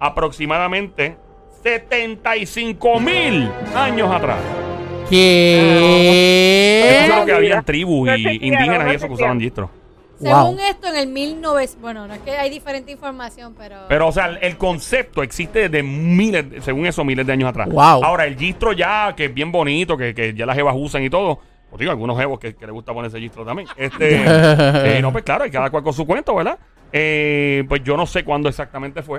[SPEAKER 1] aproximadamente 75 mil años atrás. Eso es lo
[SPEAKER 2] ¿Qué?
[SPEAKER 1] que había en tribus
[SPEAKER 4] No
[SPEAKER 1] y
[SPEAKER 4] existía,
[SPEAKER 1] indígenas
[SPEAKER 4] no
[SPEAKER 1] y eso que usaban
[SPEAKER 4] existía.
[SPEAKER 1] gistro.
[SPEAKER 3] Según
[SPEAKER 2] Wow.
[SPEAKER 3] esto, en el 1900. Bueno, no es que hay diferente información, pero.
[SPEAKER 1] Pero, o sea, el concepto existe desde miles, según eso, miles de años atrás.
[SPEAKER 2] Wow.
[SPEAKER 1] Ahora, el gistro ya, que es bien bonito, que, que ya las jevas usan y todo. Pues digo, algunos jevos que, que les gusta ponerse gistro también. Este, eh, no, pues claro, hay cada cual con su cuento, ¿verdad? Eh, pues yo no sé cuándo exactamente fue.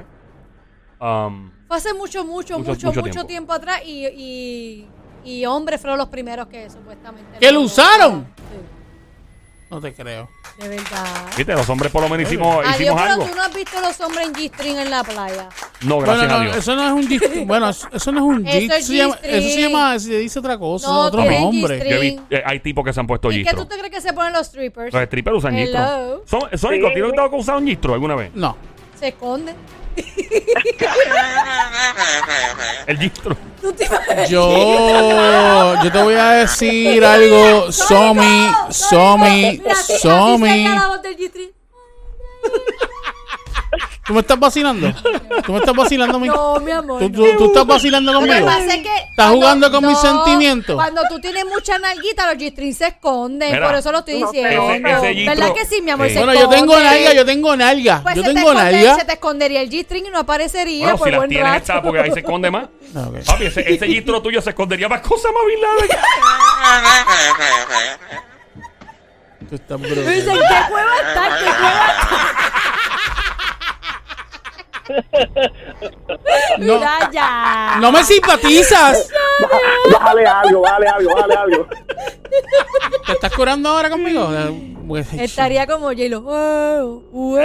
[SPEAKER 1] Um, Am,
[SPEAKER 3] Fue hace mucho, mucho,
[SPEAKER 1] Mucho-
[SPEAKER 3] mucho,
[SPEAKER 1] mucho
[SPEAKER 3] mucho,
[SPEAKER 1] tiempo.
[SPEAKER 3] tiempo. atrás y, y, y hombres fueron los primeros que supuestamente.
[SPEAKER 2] ¿Que lo usaron?
[SPEAKER 3] Sí,
[SPEAKER 2] No te creo.
[SPEAKER 3] de verdad.
[SPEAKER 1] Viste, los hombres por lo menos hicimos,
[SPEAKER 3] Adiós,
[SPEAKER 1] hicimos
[SPEAKER 3] pero
[SPEAKER 1] algo.
[SPEAKER 3] tú no has visto los hombres en G-string en la playa.
[SPEAKER 1] No,
[SPEAKER 2] Bueno,
[SPEAKER 1] gracias
[SPEAKER 2] no,
[SPEAKER 1] a Dios.
[SPEAKER 2] eso no es un gistro. Bueno, eso eso no es un
[SPEAKER 3] Eso es
[SPEAKER 2] gistro. Eso, se llama-
[SPEAKER 3] G-string.
[SPEAKER 2] eso se llama, se dice otra cosa,
[SPEAKER 3] No,
[SPEAKER 2] otro
[SPEAKER 3] tiene
[SPEAKER 2] nombre.
[SPEAKER 3] G-string.
[SPEAKER 1] Yo he visto- eh, hay tipos que se han puesto
[SPEAKER 3] ¿Y qué
[SPEAKER 1] gistro.
[SPEAKER 3] tú te crees que se ponen los strippers?
[SPEAKER 1] Los strippers usan
[SPEAKER 3] Hello.
[SPEAKER 1] gistro. Son, Sónico,
[SPEAKER 4] Sí.
[SPEAKER 1] ¿tienes que que usar un gistro alguna vez?
[SPEAKER 2] No.
[SPEAKER 3] Se esconden.
[SPEAKER 1] El gistro.
[SPEAKER 3] ¿Tú te imaginas?
[SPEAKER 2] Yo, yo te voy a decir algo, Somi,
[SPEAKER 3] ¡Sónico!
[SPEAKER 2] Somi,
[SPEAKER 3] ¡Sónico! Mira, así- así
[SPEAKER 2] Somi.
[SPEAKER 3] sería la voz del G-string.
[SPEAKER 2] ¿Tú me estás vacilando? ¿Tú me estás vacilando? mi-
[SPEAKER 3] No, mi amor.
[SPEAKER 2] ¿Tú,
[SPEAKER 3] no.
[SPEAKER 2] tú- tú estás vacilando
[SPEAKER 3] Lo que
[SPEAKER 2] conmigo?
[SPEAKER 3] pasa es que
[SPEAKER 2] ¿Estás
[SPEAKER 3] cuando-
[SPEAKER 2] jugando con mis
[SPEAKER 3] no,
[SPEAKER 2] sentimientos?
[SPEAKER 3] Cuando tú tienes mucha nalguita, los g se esconden.
[SPEAKER 1] Mira,
[SPEAKER 3] por eso lo estoy
[SPEAKER 4] no,
[SPEAKER 3] diciendo.
[SPEAKER 4] ese- ese
[SPEAKER 1] gistro-
[SPEAKER 3] ¿Verdad que sí, mi amor?
[SPEAKER 1] Sí.
[SPEAKER 3] Se
[SPEAKER 2] Bueno, yo tengo
[SPEAKER 3] esconden.
[SPEAKER 2] nalga, yo tengo nalga.
[SPEAKER 3] Pues
[SPEAKER 2] yo
[SPEAKER 3] se te
[SPEAKER 2] tengo
[SPEAKER 3] esconde-
[SPEAKER 2] nalga.
[SPEAKER 3] Se te escondería el G-string y no aparecería
[SPEAKER 1] Bueno,
[SPEAKER 3] por
[SPEAKER 1] si las
[SPEAKER 3] buen
[SPEAKER 1] tienes
[SPEAKER 3] rato.
[SPEAKER 1] está porque ahí se esconde más.
[SPEAKER 2] Ah, ok.
[SPEAKER 1] Papi, ese, ese gistro tuyo se escondería más cosas más Bin Laden.
[SPEAKER 2] Tú estás
[SPEAKER 3] Y Dicen,
[SPEAKER 2] brutal.
[SPEAKER 3] ¿qué cueva está? ¿Qué cueva está?
[SPEAKER 2] No.
[SPEAKER 3] Mira ya.
[SPEAKER 2] No me simpatizas.
[SPEAKER 5] Bájale algo, bájale algo, bájale algo.
[SPEAKER 2] ¿Te estás curando ahora conmigo? Eh, pues,
[SPEAKER 3] Estaría como J-Lo. Wow, wow.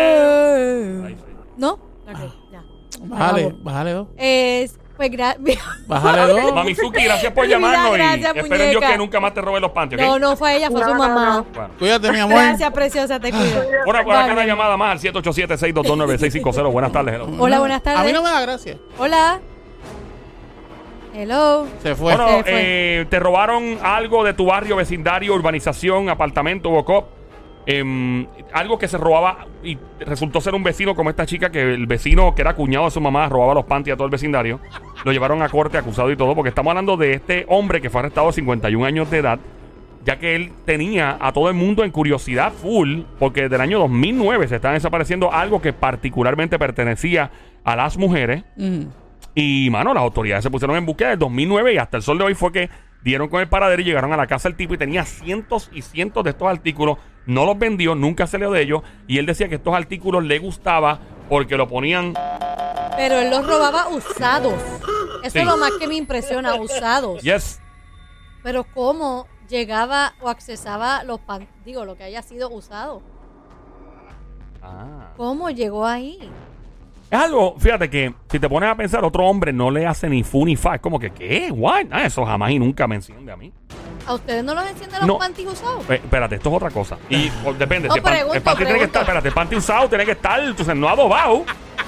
[SPEAKER 1] Ahí sí.
[SPEAKER 3] ¿No? Ok, ya.
[SPEAKER 2] Bájale,
[SPEAKER 3] Vamos.
[SPEAKER 2] bájale dos.
[SPEAKER 3] Es, pues gracias.
[SPEAKER 2] Bájale dos.
[SPEAKER 1] Mamizuki, gracias por
[SPEAKER 3] Mira,
[SPEAKER 1] llamarnos. y
[SPEAKER 3] gracias,
[SPEAKER 1] espero en Dios
[SPEAKER 3] muñeca.
[SPEAKER 1] que nunca más te robe los panties, ¿ok?
[SPEAKER 3] No, no fue ella, fue
[SPEAKER 4] No,
[SPEAKER 3] su
[SPEAKER 4] no,
[SPEAKER 3] mamá.
[SPEAKER 1] Bueno.
[SPEAKER 2] Cuídate, mi amor.
[SPEAKER 3] Gracias, preciosa, te cuido.
[SPEAKER 1] Ahora, por acá
[SPEAKER 3] Bye.
[SPEAKER 1] una llamada más al 787-622-9650. Buenas tardes, hello.
[SPEAKER 3] Hola, buenas tardes.
[SPEAKER 2] A mí no me da gracia.
[SPEAKER 3] Hola. Hello.
[SPEAKER 2] Se fue.
[SPEAKER 1] Bueno,
[SPEAKER 3] Se fue.
[SPEAKER 1] eh, te robaron algo de tu barrio, vecindario, urbanización, apartamento, bocó. Em, algo que se robaba y resultó ser un vecino como esta chica que el vecino que era cuñado de su mamá robaba los panties a todo el vecindario. Lo llevaron a corte acusado y todo porque estamos hablando de este hombre que fue arrestado a 51 años de edad ya que él tenía a todo el mundo en curiosidad full, porque desde el año 2009 se está desapareciendo algo que particularmente pertenecía a las mujeres.
[SPEAKER 2] Mm.
[SPEAKER 1] Y, mano, las autoridades se pusieron en búsqueda del 2009 y hasta el sol de hoy fue que dieron con el paradero y llegaron a la casa del tipo y tenía cientos y cientos de estos artículos. No los vendió, nunca se leo de ellos. Y él decía que estos artículos le gustaba porque lo ponían.
[SPEAKER 3] Pero él los robaba usados. Eso
[SPEAKER 1] Sí.
[SPEAKER 3] es lo más que me impresiona, usados.
[SPEAKER 1] Yes.
[SPEAKER 3] Pero cómo llegaba o accesaba los pan, digo, lo que haya sido usado.
[SPEAKER 1] Ah.
[SPEAKER 3] ¿Cómo llegó ahí?
[SPEAKER 1] Es algo, fíjate que si te pones a pensar, otro hombre no le hace ni fu ni fa. Es como que, ¿qué? ¿What? Ah, eso jamás y nunca me enciende a mí.
[SPEAKER 3] ¿A ustedes no los encienden los
[SPEAKER 1] No.
[SPEAKER 3] panties usados?
[SPEAKER 1] Eh, espérate, esto es otra cosa. Y o, depende.
[SPEAKER 3] No,
[SPEAKER 1] si el, pan-
[SPEAKER 3] Oh, pregunto,
[SPEAKER 1] el panty tiene que
[SPEAKER 3] pregunto.
[SPEAKER 1] estar, espérate, el panty usado tiene que estar, tú sabes, no adobado. O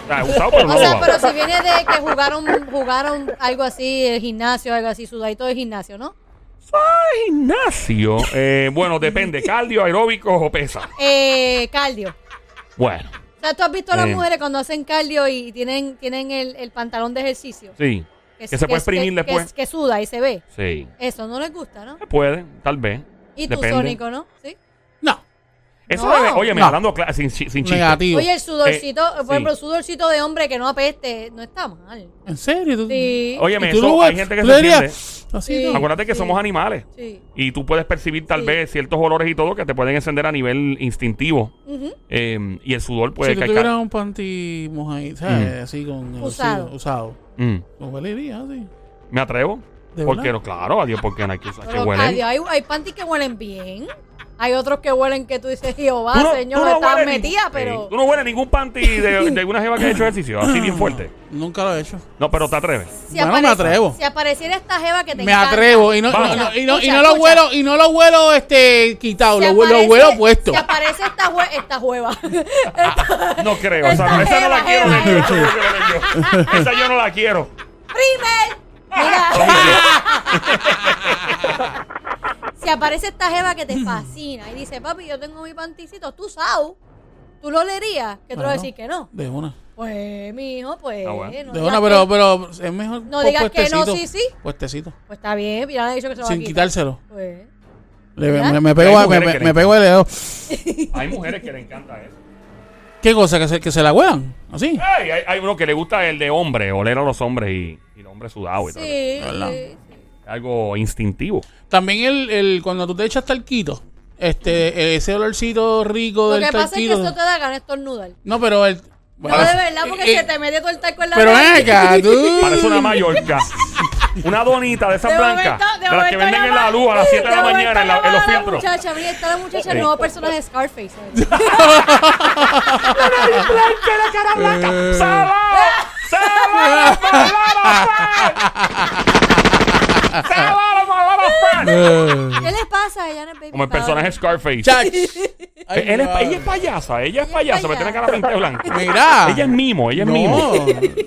[SPEAKER 1] sea, usado, pero no
[SPEAKER 3] O sea,
[SPEAKER 1] adobado.
[SPEAKER 3] pero si viene de que jugaron, jugaron algo así, el gimnasio, algo así, sudadito de gimnasio, ¿no?
[SPEAKER 1] Ay, gimnasio. Eh, bueno, depende, cardio, aeróbico o pesa.
[SPEAKER 3] Eh, cardio.
[SPEAKER 1] Bueno,
[SPEAKER 3] O sea, tú has visto a las
[SPEAKER 1] Eh.
[SPEAKER 3] mujeres cuando hacen cardio y tienen, tienen el, el pantalón de ejercicio.
[SPEAKER 1] sí. Que, se puede exprimir
[SPEAKER 3] que-
[SPEAKER 1] después.
[SPEAKER 3] Que, suda y se ve.
[SPEAKER 1] sí.
[SPEAKER 3] Eso no les gusta, ¿no?
[SPEAKER 1] Se puede, tal vez.
[SPEAKER 3] Y tu
[SPEAKER 1] depende.
[SPEAKER 3] sónico, ¿no? Sí.
[SPEAKER 2] No,
[SPEAKER 1] Eso
[SPEAKER 3] No.
[SPEAKER 1] debe, oye, me
[SPEAKER 2] No.
[SPEAKER 1] hablando cla- sin, sin sin chiste.
[SPEAKER 2] negativo.
[SPEAKER 3] Oye, el sudorcito,
[SPEAKER 1] Eh,
[SPEAKER 3] por
[SPEAKER 1] sí.
[SPEAKER 3] ejemplo, el sudorcito de hombre que no apeste, no está mal.
[SPEAKER 2] ¿En serio? ¿Tú-
[SPEAKER 3] Sí.
[SPEAKER 1] Óyeme,
[SPEAKER 2] ¿Y tú
[SPEAKER 1] eso,
[SPEAKER 2] lo ves?
[SPEAKER 1] hay gente que
[SPEAKER 2] ¿Tú
[SPEAKER 1] se
[SPEAKER 2] le dirías?
[SPEAKER 1] entiende.
[SPEAKER 2] Así,
[SPEAKER 3] Sí.
[SPEAKER 2] ¿no?
[SPEAKER 1] Acuérdate que
[SPEAKER 3] Sí.
[SPEAKER 1] somos animales.
[SPEAKER 3] Sí.
[SPEAKER 1] Y tú puedes percibir tal
[SPEAKER 3] Sí.
[SPEAKER 1] vez ciertos olores y todo que te pueden encender a nivel instintivo.
[SPEAKER 3] Ujú.
[SPEAKER 1] Eh, y el sudor puede
[SPEAKER 2] si tú
[SPEAKER 1] caer-
[SPEAKER 2] tuvieras un panty mojadito, ¿sabes? Así con... así,
[SPEAKER 3] Usado.
[SPEAKER 2] usado.
[SPEAKER 1] Mm.
[SPEAKER 2] ¿Lo huelería así?
[SPEAKER 1] ¿Me atrevo?
[SPEAKER 2] ¿De
[SPEAKER 1] Porque
[SPEAKER 2] verdad?
[SPEAKER 1] no, claro, adiós, porque no hay que usar que
[SPEAKER 3] Pero,
[SPEAKER 1] huelen.
[SPEAKER 3] adiós, hay, hay panties que huelen bien. Hay otros que huelen que tú dices, Jehová,
[SPEAKER 1] Tú no-
[SPEAKER 3] señor,
[SPEAKER 1] tú no
[SPEAKER 3] estás
[SPEAKER 1] hueles
[SPEAKER 3] metida,
[SPEAKER 1] ningún-
[SPEAKER 3] pero.
[SPEAKER 1] Sí, Tú no hueles ningún panty de, de alguna jeva que ha hecho ejercicio, así bien fuerte.
[SPEAKER 2] Nunca lo he hecho.
[SPEAKER 1] No, pero te atreves.
[SPEAKER 3] Si
[SPEAKER 2] Bueno, me
[SPEAKER 3] aparece-
[SPEAKER 2] atrevo.
[SPEAKER 3] Si apareciera esta jeva que te
[SPEAKER 2] Me
[SPEAKER 3] encanta,
[SPEAKER 2] atrevo y no,
[SPEAKER 1] Vamos.
[SPEAKER 2] y no- y no- y no
[SPEAKER 3] Escucha,
[SPEAKER 2] lo
[SPEAKER 3] escucha.
[SPEAKER 2] vuelo y no lo vuelo este quitado,
[SPEAKER 3] si
[SPEAKER 2] lo, vuelo- lo
[SPEAKER 3] aparece-
[SPEAKER 2] vuelo puesto.
[SPEAKER 3] Si aparece esta, jue esta jueva. Esta-
[SPEAKER 1] No creo, esa, no-
[SPEAKER 3] esta
[SPEAKER 1] esa no la
[SPEAKER 3] jeva,
[SPEAKER 1] quiero.
[SPEAKER 3] jeva,
[SPEAKER 1] de
[SPEAKER 3] jeva.
[SPEAKER 1] hecho, yo creo que yo. Esa yo no la quiero.
[SPEAKER 3] ¡Primer! Mira. si aparece esta jeva que te fascina y dice, papi, yo tengo mi panticito, tú sabes. Tú lo leerías, que tú le vas a
[SPEAKER 2] Claro.
[SPEAKER 3] decir que no.
[SPEAKER 2] De una.
[SPEAKER 3] Pues, mi hijo, pues.
[SPEAKER 1] Ah, bueno.
[SPEAKER 3] no
[SPEAKER 2] De
[SPEAKER 3] digas
[SPEAKER 2] una,
[SPEAKER 3] que-
[SPEAKER 2] pero, pero es mejor.
[SPEAKER 3] No
[SPEAKER 2] por
[SPEAKER 3] digas que no,
[SPEAKER 2] puestecito.
[SPEAKER 3] sí, sí.
[SPEAKER 2] Puestecito.
[SPEAKER 3] Pues está bien, mira, le he dicho que se lo va a
[SPEAKER 2] Sin
[SPEAKER 3] quitar.
[SPEAKER 2] quitárselo.
[SPEAKER 3] Pues,
[SPEAKER 2] Le-
[SPEAKER 3] ¿Ya?
[SPEAKER 2] me, me pego,
[SPEAKER 1] Hay
[SPEAKER 2] a- me,
[SPEAKER 1] mujeres que
[SPEAKER 2] me
[SPEAKER 1] le
[SPEAKER 2] pego el dedo.
[SPEAKER 1] Hay mujeres que le encanta eso.
[SPEAKER 2] ¿Qué cosa? ¿Que se, que se la huelan? ¿Así?
[SPEAKER 1] Ay, hay, hay uno que le gusta el de hombre, oler a los hombres y, y el hombre sudado y todo.
[SPEAKER 3] sí.
[SPEAKER 2] ¿verdad?
[SPEAKER 3] sí.
[SPEAKER 1] Algo instintivo.
[SPEAKER 2] También el, el, cuando tú te echas talquito, este, ese olorcito rico
[SPEAKER 3] Lo
[SPEAKER 2] del
[SPEAKER 3] que pasa es que
[SPEAKER 2] talquito.
[SPEAKER 3] eso te da ganas de estornudar.
[SPEAKER 2] No, pero el.
[SPEAKER 3] No,
[SPEAKER 2] bueno,
[SPEAKER 3] de verdad, porque
[SPEAKER 2] eh,
[SPEAKER 3] se te mete todo el taco en la
[SPEAKER 2] Pero ven
[SPEAKER 3] nariz.
[SPEAKER 2] acá, tú.
[SPEAKER 1] Parece una mallorca. Una donita de esas
[SPEAKER 3] De
[SPEAKER 1] blancas.
[SPEAKER 3] momento- de
[SPEAKER 1] De las que
[SPEAKER 3] momento
[SPEAKER 1] venden en
[SPEAKER 3] llama-
[SPEAKER 1] la luz a las 7 de la
[SPEAKER 3] momento
[SPEAKER 1] mañana en, la- en
[SPEAKER 3] llama
[SPEAKER 1] los
[SPEAKER 3] a la
[SPEAKER 1] filtros. Eh.
[SPEAKER 3] muchacha, mira, está la muchacha, el
[SPEAKER 1] Sí.
[SPEAKER 3] nuevo personaje de Scarface. ¿sabes?
[SPEAKER 1] ¡Sala! ¡Sala! ¡Sala! ¡Sala!
[SPEAKER 2] Eh,
[SPEAKER 3] ¿Qué le pasa a Janet Baby?
[SPEAKER 1] Como el personaje Scarface.
[SPEAKER 2] chach. Ay,
[SPEAKER 1] Él es- ella es
[SPEAKER 2] madre.
[SPEAKER 1] payasa, ella es
[SPEAKER 3] es
[SPEAKER 1] payasa, me
[SPEAKER 3] payasa.
[SPEAKER 1] tiene cara pinta de blanca.
[SPEAKER 2] Mira.
[SPEAKER 1] Ella es mimo, ella es
[SPEAKER 2] No.
[SPEAKER 1] mimo.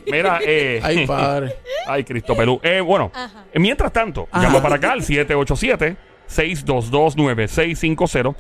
[SPEAKER 1] Mira, eh.
[SPEAKER 2] Ay, padre.
[SPEAKER 1] Ay, Cristo Pelú. Eh, bueno,
[SPEAKER 3] Ajá.
[SPEAKER 1] eh, mientras tanto,
[SPEAKER 2] Ajá.
[SPEAKER 1] llama para acá al 787-622-9650.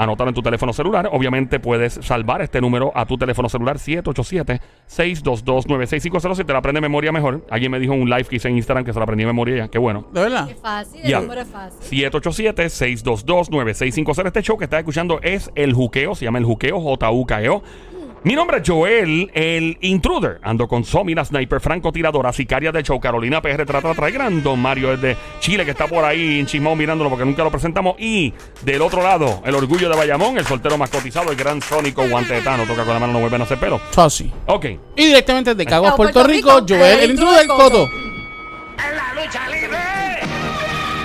[SPEAKER 1] Anótalo en tu teléfono celular. Obviamente puedes salvar este número a tu teléfono celular 787-622-9650. Te la aprende de memoria mejor. Alguien me dijo en un live que hice en Instagram que se la aprendí de memoria ya. Qué bueno.
[SPEAKER 2] ¿De verdad?
[SPEAKER 3] Es fácil,
[SPEAKER 1] Ya.
[SPEAKER 3] el número es fácil.
[SPEAKER 1] 787-622-9650. Este show que estás escuchando es El Juqueo, se llama El Juqueo, J-U-K-E-O. E Mi nombre es Joel, el intruder. Ando con Somi, la sniper francotiradora, sicaria del show, Carolina PR, trata traigando. Mario es de Chile, que está por ahí en Chismón mirándolo porque nunca lo presentamos. Y del otro lado, el orgullo de Bayamón, el soltero más cotizado, el gran sónico guante de Tano. Toca con la mano, no vuelven a hacer pelo.
[SPEAKER 2] Fácil.
[SPEAKER 1] Ok,
[SPEAKER 2] Y directamente desde Caguas,
[SPEAKER 3] Cabo,
[SPEAKER 2] Puerto
[SPEAKER 3] Puerto
[SPEAKER 2] Rico,
[SPEAKER 3] Rico,
[SPEAKER 2] Joel, el
[SPEAKER 3] el
[SPEAKER 2] intruder del
[SPEAKER 3] intruder
[SPEAKER 2] Coto.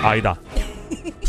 [SPEAKER 1] ahí está.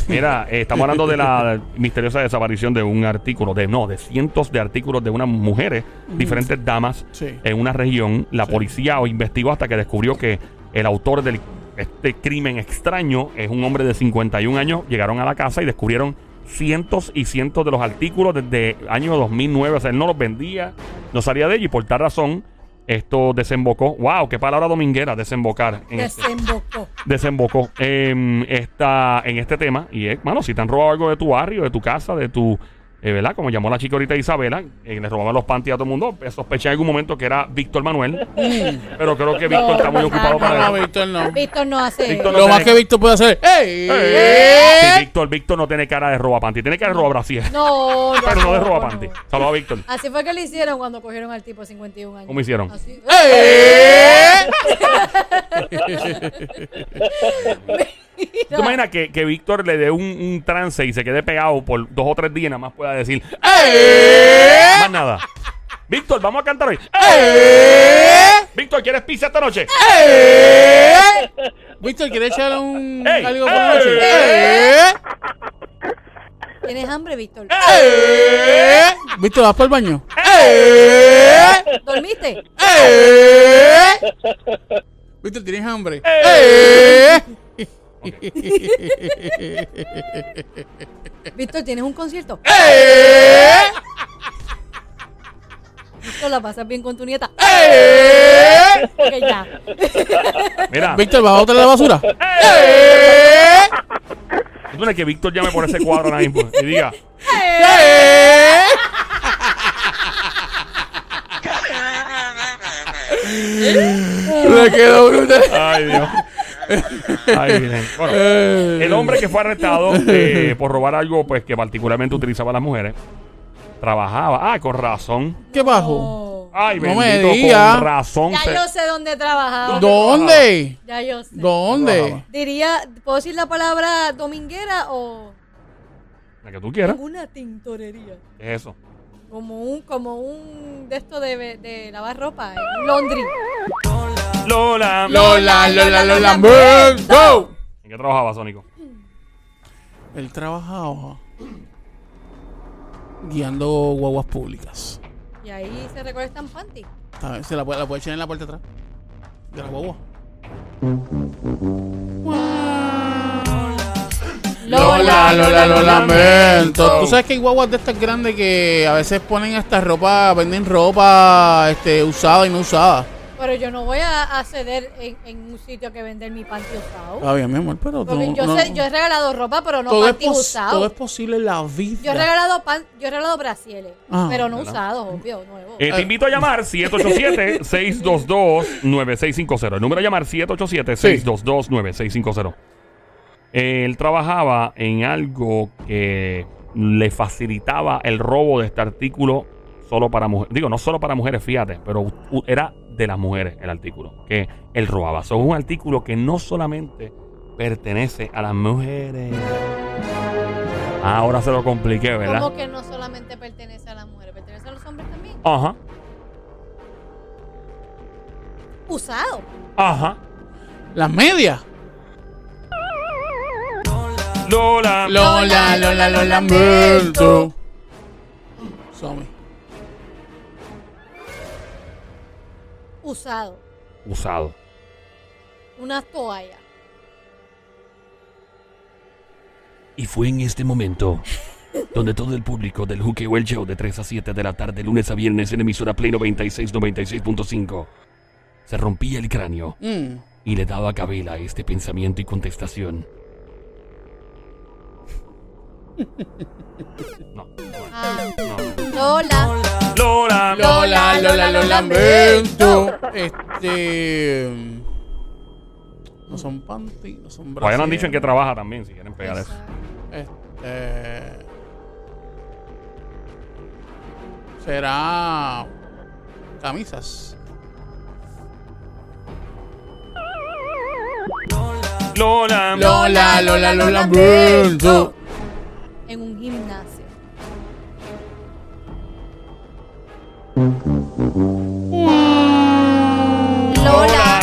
[SPEAKER 1] Mira, eh, estamos hablando de la misteriosa desaparición de un artículo, de no, de cientos de artículos de unas mujeres, diferentes damas,
[SPEAKER 2] Sí.
[SPEAKER 1] en una región. La policía investigó hasta que descubrió que el autor de este crimen extraño es un hombre de 51 años. Llegaron a la casa y descubrieron cientos y cientos de los artículos desde año 2009. O sea, él no los vendía, no salía de ellos y por tal razón esto desembocó. ¡Wow! ¡Qué palabra dominguera! Desembocar. en este-
[SPEAKER 3] Desembocó.
[SPEAKER 1] desembocó en, esta, en este tema. Y es, mano, si te han robado algo de tu barrio, de tu casa, de tu. eh, ¿Verdad? Como llamó la chica ahorita Isabela, eh, le robaban los panties a todo el mundo. eh, Sospeché en algún momento que era Víctor Manuel. pero creo que Víctor está muy
[SPEAKER 3] no,
[SPEAKER 1] ocupado
[SPEAKER 3] no,
[SPEAKER 1] para.
[SPEAKER 2] No, Víctor no.
[SPEAKER 3] Víctor no hace.
[SPEAKER 1] Víctor no
[SPEAKER 2] Lo más
[SPEAKER 1] tiene-
[SPEAKER 2] que Víctor puede hacer. ¡Ey!
[SPEAKER 1] Eh, sí, Víctor, Víctor no tiene cara de roba panty, tiene cara de roba brasier.
[SPEAKER 3] No, no.
[SPEAKER 1] pero no de roba
[SPEAKER 3] no.
[SPEAKER 1] panty. Saludos a Víctor.
[SPEAKER 3] Así fue que le hicieron cuando cogieron al tipo de 51 años.
[SPEAKER 1] ¿Cómo hicieron?
[SPEAKER 3] Así.
[SPEAKER 2] ¡Eh!
[SPEAKER 1] ¿Tú imaginas que, que Víctor le dé un, un trance y se quede pegado por dos o tres días y nada más pueda decir
[SPEAKER 2] ¡Eh!
[SPEAKER 1] más nada? Víctor, vamos a cantar hoy.
[SPEAKER 2] ¡Eh!
[SPEAKER 1] Víctor, ¿quieres pizza esta noche?
[SPEAKER 2] ¡Eh! Víctor, ¿quieres echar un
[SPEAKER 1] Ey,
[SPEAKER 2] algo por la
[SPEAKER 1] ey.
[SPEAKER 2] noche? ¡Eh!
[SPEAKER 3] ¿Tienes hambre, Víctor?
[SPEAKER 2] ¡Eh! Víctor, ¿vas para el baño?
[SPEAKER 3] ¿Dormiste?
[SPEAKER 2] ¡Eh! Víctor, ¿tienes hambre? ¡Eh!
[SPEAKER 3] Víctor, ¿tienes un concierto?
[SPEAKER 2] ¡Eh!
[SPEAKER 3] Víctor, ¿la pasas bien con tu nieta?
[SPEAKER 2] ¡Eh!
[SPEAKER 3] Ok, ya.
[SPEAKER 1] Mira,
[SPEAKER 2] Víctor, ¿vas a botar la basura?
[SPEAKER 1] tú tienes que Víctor llame por ese cuadro ahora mismo y diga,
[SPEAKER 2] ¡Eh! Le quedó brutal.
[SPEAKER 1] ay Dios. Ay, Virgen. Bueno, el hombre que fue arrestado eh, por robar algo pues que particularmente utilizaba las mujeres, trabajaba. Ah, con razón.
[SPEAKER 2] ¿Qué bajo?
[SPEAKER 1] Ay,
[SPEAKER 2] No
[SPEAKER 1] bendito,
[SPEAKER 2] me diga.
[SPEAKER 1] con razón.
[SPEAKER 3] Ya
[SPEAKER 1] se-
[SPEAKER 3] yo sé dónde trabajaba.
[SPEAKER 2] ¿Dónde?
[SPEAKER 3] Ya yo sé.
[SPEAKER 2] ¿Dónde?
[SPEAKER 3] Diría, ¿puedo decir la palabra dominguera o
[SPEAKER 1] La que tú quieras.
[SPEAKER 3] una tintorería?
[SPEAKER 1] ¿Qué es eso?
[SPEAKER 3] Como un, como un de esto de, de lavar ropa, eh, un laundry.
[SPEAKER 2] Lola,
[SPEAKER 1] Lola.
[SPEAKER 2] Lola, Lola, Bird, go.
[SPEAKER 1] ¿En qué trabajaba, Sónico?
[SPEAKER 2] Él trabajaba guiando guaguas públicas.
[SPEAKER 3] Y ahí se recolectan panties.
[SPEAKER 2] A ver, se la puede, la puede echar en la puerta atrás. De la guagua.
[SPEAKER 3] lamento.
[SPEAKER 2] Tú sabes que hay guaguas de estas grandes que a veces ponen hasta ropa, venden ropa este, usada y no usada.
[SPEAKER 3] Pero yo no voy a, a ceder en, en un sitio que vender mi panty usado.
[SPEAKER 2] Está bien, mi amor, pero tú
[SPEAKER 3] Porque
[SPEAKER 2] Ah, no-
[SPEAKER 3] yo,
[SPEAKER 2] no-
[SPEAKER 3] sé- yo he regalado ropa, pero no
[SPEAKER 2] todo, es
[SPEAKER 3] panty
[SPEAKER 2] pos- todo
[SPEAKER 3] usado.
[SPEAKER 2] es posible en la vida.
[SPEAKER 3] Yo he regalado pan, yo he regalado brasieles,
[SPEAKER 2] Ah,
[SPEAKER 3] pero no usados, obvio, nuevos.
[SPEAKER 1] Eh, te invito a llamar 787-622-9650. El número a llamar 787-622-9650. Él trabajaba en algo que le facilitaba el robo de este artículo solo para mujeres. Digo, no solo para mujeres, fíjate, pero u- u- era de las mujeres el artículo que él robaba. Son un artículo que no solamente pertenece a las mujeres. Ahora se lo compliqué, ¿verdad?
[SPEAKER 3] Como que no solamente pertenece a las mujeres, pertenece a los hombres también.
[SPEAKER 1] Ajá,
[SPEAKER 3] Usado.
[SPEAKER 1] ajá.
[SPEAKER 2] Las medias.
[SPEAKER 1] Lola.
[SPEAKER 2] Lola, Lola, lo lamento. Somi.
[SPEAKER 3] Usado.
[SPEAKER 1] usado.
[SPEAKER 3] Una toalla.
[SPEAKER 1] Y fue en este momento donde todo el público del Juqueo El Show de 3 a 7 de la tarde, lunes a viernes en emisora Play 96, 96.5, se rompía el cráneo
[SPEAKER 2] Mm.
[SPEAKER 1] y le daba cabela a este pensamiento y contestación. No.
[SPEAKER 3] Ah,
[SPEAKER 1] no.
[SPEAKER 3] Lola.
[SPEAKER 1] Lola.
[SPEAKER 2] Lola, Lola, lo lamento.
[SPEAKER 3] lamento.
[SPEAKER 2] Este. No son panty, no son brazos.
[SPEAKER 1] Todavía no han dicho en qué trabaja también, si quieren pegar eso.
[SPEAKER 2] Este. Será. Camisas.
[SPEAKER 1] Lola.
[SPEAKER 2] Lola, Lola, lo lamento.
[SPEAKER 3] En un gimnasio. Lola.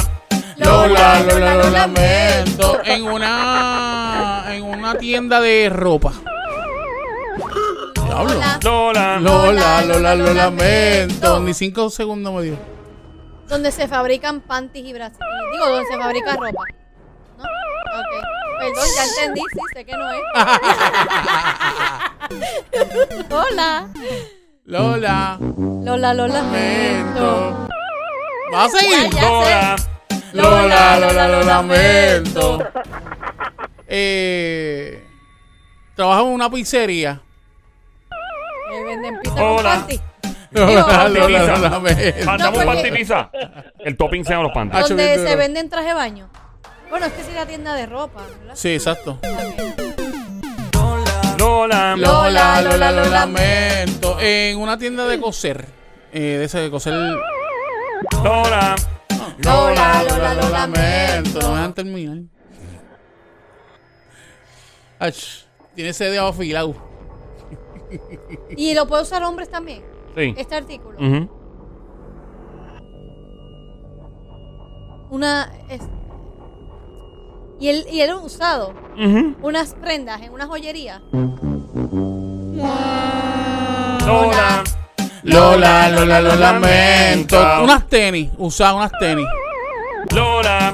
[SPEAKER 2] Lola, Lola, lo lamento. En una. En una tienda de ropa. Diablo.
[SPEAKER 1] Lola.
[SPEAKER 3] Lola.
[SPEAKER 2] Lola, Lola, lo lamento. Ni cinco segundos me dio.
[SPEAKER 3] Donde se fabrican panties y brasiles. Digo, donde se fabrica ropa. ¿No? Ok. Perdón, ya entendí, sí, sé que no es. Lola.
[SPEAKER 2] Lola,
[SPEAKER 3] Lola, lo lamento.
[SPEAKER 2] lamento. ¿Va a seguir?
[SPEAKER 3] Ya
[SPEAKER 1] Lola.
[SPEAKER 2] Lola, Lola, lo lamento. Eh, trabajo en una pizzería.
[SPEAKER 3] Me venden pizza con
[SPEAKER 1] Hola.
[SPEAKER 3] panties.
[SPEAKER 2] Lola,
[SPEAKER 1] Panty
[SPEAKER 2] Lola, lo
[SPEAKER 1] pizza.
[SPEAKER 2] lamento.
[SPEAKER 1] Mandamos
[SPEAKER 3] No, porque-
[SPEAKER 1] panty pizza. El topping sean los
[SPEAKER 2] Ah,
[SPEAKER 1] panties.
[SPEAKER 3] Donde
[SPEAKER 2] chupito.
[SPEAKER 3] se venden traje de baño. Bueno, es que si la tienda de ropa, ¿verdad?
[SPEAKER 2] Sí, exacto.
[SPEAKER 3] Ok.
[SPEAKER 1] Lola.
[SPEAKER 2] Lola, Lola, lo lamento. En una tienda de coser. Eh, de esa de coser.
[SPEAKER 1] Lola.
[SPEAKER 3] Lola, Lola, lo lamento.
[SPEAKER 2] No me dejan terminar. Ach, tiene ese dedo afilado.
[SPEAKER 3] Y lo puede usar hombres también,
[SPEAKER 1] Sí.
[SPEAKER 3] este artículo.
[SPEAKER 1] Ujú.
[SPEAKER 3] Una. es- y él, y él usado
[SPEAKER 1] Ujú.
[SPEAKER 3] unas prendas en una joyería.
[SPEAKER 1] Lola.
[SPEAKER 2] Lola, Lola, lo lamento. Unas tenis, usaba unas tenis.
[SPEAKER 1] Lola.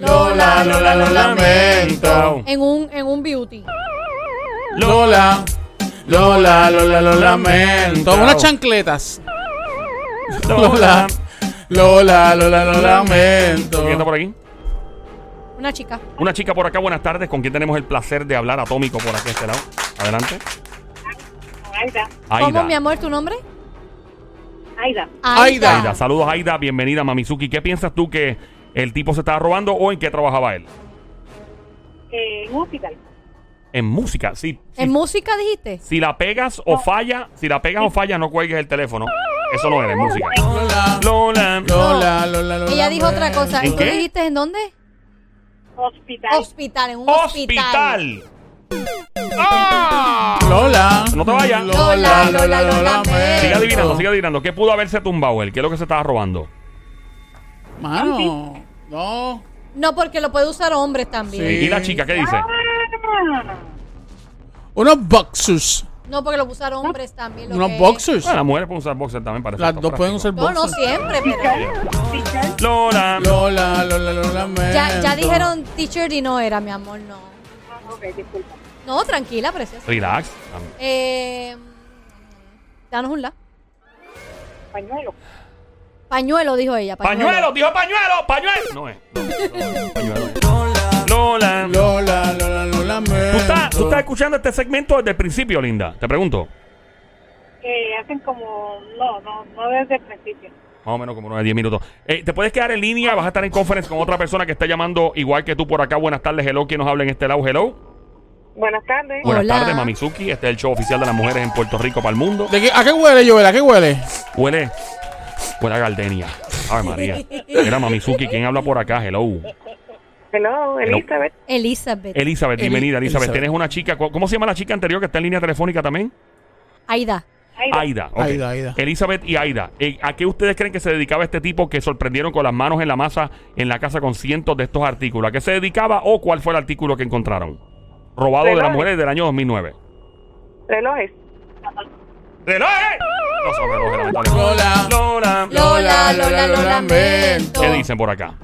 [SPEAKER 2] Lola, Lola, lo lamento.
[SPEAKER 3] En un, en un beauty.
[SPEAKER 2] Lola, Lola, Lola, lo lamento. Unas chancletas. Lola, Lola, Lola, lo lamento.
[SPEAKER 1] ¿Quién está por aquí?
[SPEAKER 3] Una chica.
[SPEAKER 1] Una chica por acá, buenas tardes. ¿Con quién tenemos el placer de hablar atómico por aquí a este lado? Adelante.
[SPEAKER 4] Aida,
[SPEAKER 3] ¿Cómo,
[SPEAKER 1] Aida.
[SPEAKER 3] mi amor, tu nombre?
[SPEAKER 4] Aida.
[SPEAKER 2] Aida.
[SPEAKER 1] Aida, saludos Aida, bienvenida Mamizuki. ¿Qué piensas tú que el tipo se estaba robando o en qué trabajaba él?
[SPEAKER 4] eh, en un hospital.
[SPEAKER 1] En música, sí. sí.
[SPEAKER 3] ¿En música dijiste?
[SPEAKER 1] si la pegas o falla, si la pegas o falla, no cuelgues el teléfono. Eso no es música.
[SPEAKER 2] Lola,
[SPEAKER 1] Lola.
[SPEAKER 2] Lola, Lola, Lola.
[SPEAKER 3] Ella dijo otra cosa.
[SPEAKER 1] ¿En
[SPEAKER 3] ¿Y tú
[SPEAKER 1] qué?
[SPEAKER 3] dijiste en dónde?
[SPEAKER 4] Hospital.
[SPEAKER 3] Hospital, en un hospital.
[SPEAKER 1] Hospital. ¡Ah!
[SPEAKER 2] Lola.
[SPEAKER 1] No te vayas.
[SPEAKER 2] Lola, Lola, lo lamento.
[SPEAKER 1] Sigue adivinando, sigue adivinando. ¿Qué pudo haberse tumbado él? ¿Qué es lo que se estaba robando?
[SPEAKER 2] Mano, no.
[SPEAKER 3] No, porque lo puede usar hombres también.
[SPEAKER 2] Sí.
[SPEAKER 1] ¿Y la chica qué dice?
[SPEAKER 2] Unos boxers.
[SPEAKER 3] No, porque lo puede usar hombres también. lo que
[SPEAKER 2] Unos
[SPEAKER 3] es-
[SPEAKER 2] boxers.
[SPEAKER 1] Ah, las mujeres pueden usar boxer también parece.
[SPEAKER 2] Las dos pueden usar
[SPEAKER 3] No, no
[SPEAKER 2] boxers.
[SPEAKER 3] siempre, pero.
[SPEAKER 1] Lola.
[SPEAKER 2] Lola, Lola, lo lamento.
[SPEAKER 3] Ya, ya dijeron teacher y no era, mi amor, no.
[SPEAKER 4] Ok, disculpa.
[SPEAKER 3] No, tranquila, preciosa.
[SPEAKER 1] Relax.
[SPEAKER 3] Eh, danos un la.
[SPEAKER 4] Pañuelo.
[SPEAKER 3] Pañuelo, dijo ella. Pañuelo.
[SPEAKER 1] Pañuelo, dijo pañuelo, pañuelo. No es. no, no, pañuelo. Lola. Lola.
[SPEAKER 2] Lola, Lola, lo lamento.
[SPEAKER 1] ¿Tú estás, tú estás escuchando este segmento desde el principio, Linda. Te pregunto.
[SPEAKER 4] Eh, hacen como, no, no, no desde el principio.
[SPEAKER 1] Más o menos como unos 10 minutos. Eh, te puedes quedar en línea, vas a estar en conference con otra persona que está llamando igual que tú por acá. Buenas tardes, hello, quien nos habla en este lado, hello.
[SPEAKER 4] Buenas tardes.
[SPEAKER 1] Buenas
[SPEAKER 3] Hola.
[SPEAKER 1] tardes, Mamizuki. Este es el show oficial de las mujeres en Puerto Rico para el mundo.
[SPEAKER 2] ¿De qué- ¿A qué huele, Joel? ¿A qué huele?
[SPEAKER 1] Huele, huele a gardenia. Ave María. Era Mamizuki, ¿quién habla por acá? Hello.
[SPEAKER 4] Hello, Elizabeth.
[SPEAKER 3] Elizabeth.
[SPEAKER 1] Elizabeth,
[SPEAKER 2] Eli-
[SPEAKER 1] bienvenida, Elizabeth.
[SPEAKER 2] Elizabeth.
[SPEAKER 1] Tienes una chica, ¿cu- ¿cómo se llama la chica anterior que está en línea telefónica también?
[SPEAKER 3] Aida.
[SPEAKER 4] Aida.
[SPEAKER 1] Aida. ok.
[SPEAKER 2] Aida, Aida.
[SPEAKER 1] Elizabeth y Aida, eh, ¿a qué ustedes creen que se dedicaba este tipo que sorprendieron con las manos en la masa en la casa con cientos de estos artículos? ¿A qué se dedicaba o cuál fue el artículo que encontraron? Robado de las
[SPEAKER 4] Relojes.
[SPEAKER 1] mujeres del año 2009.
[SPEAKER 4] Relojes.
[SPEAKER 1] ¡Relojes! No son relojes, lamentablemente.
[SPEAKER 2] Lola.
[SPEAKER 1] Lola.
[SPEAKER 3] Lola, Lola, lo lamento.
[SPEAKER 1] ¿Qué dicen por acá?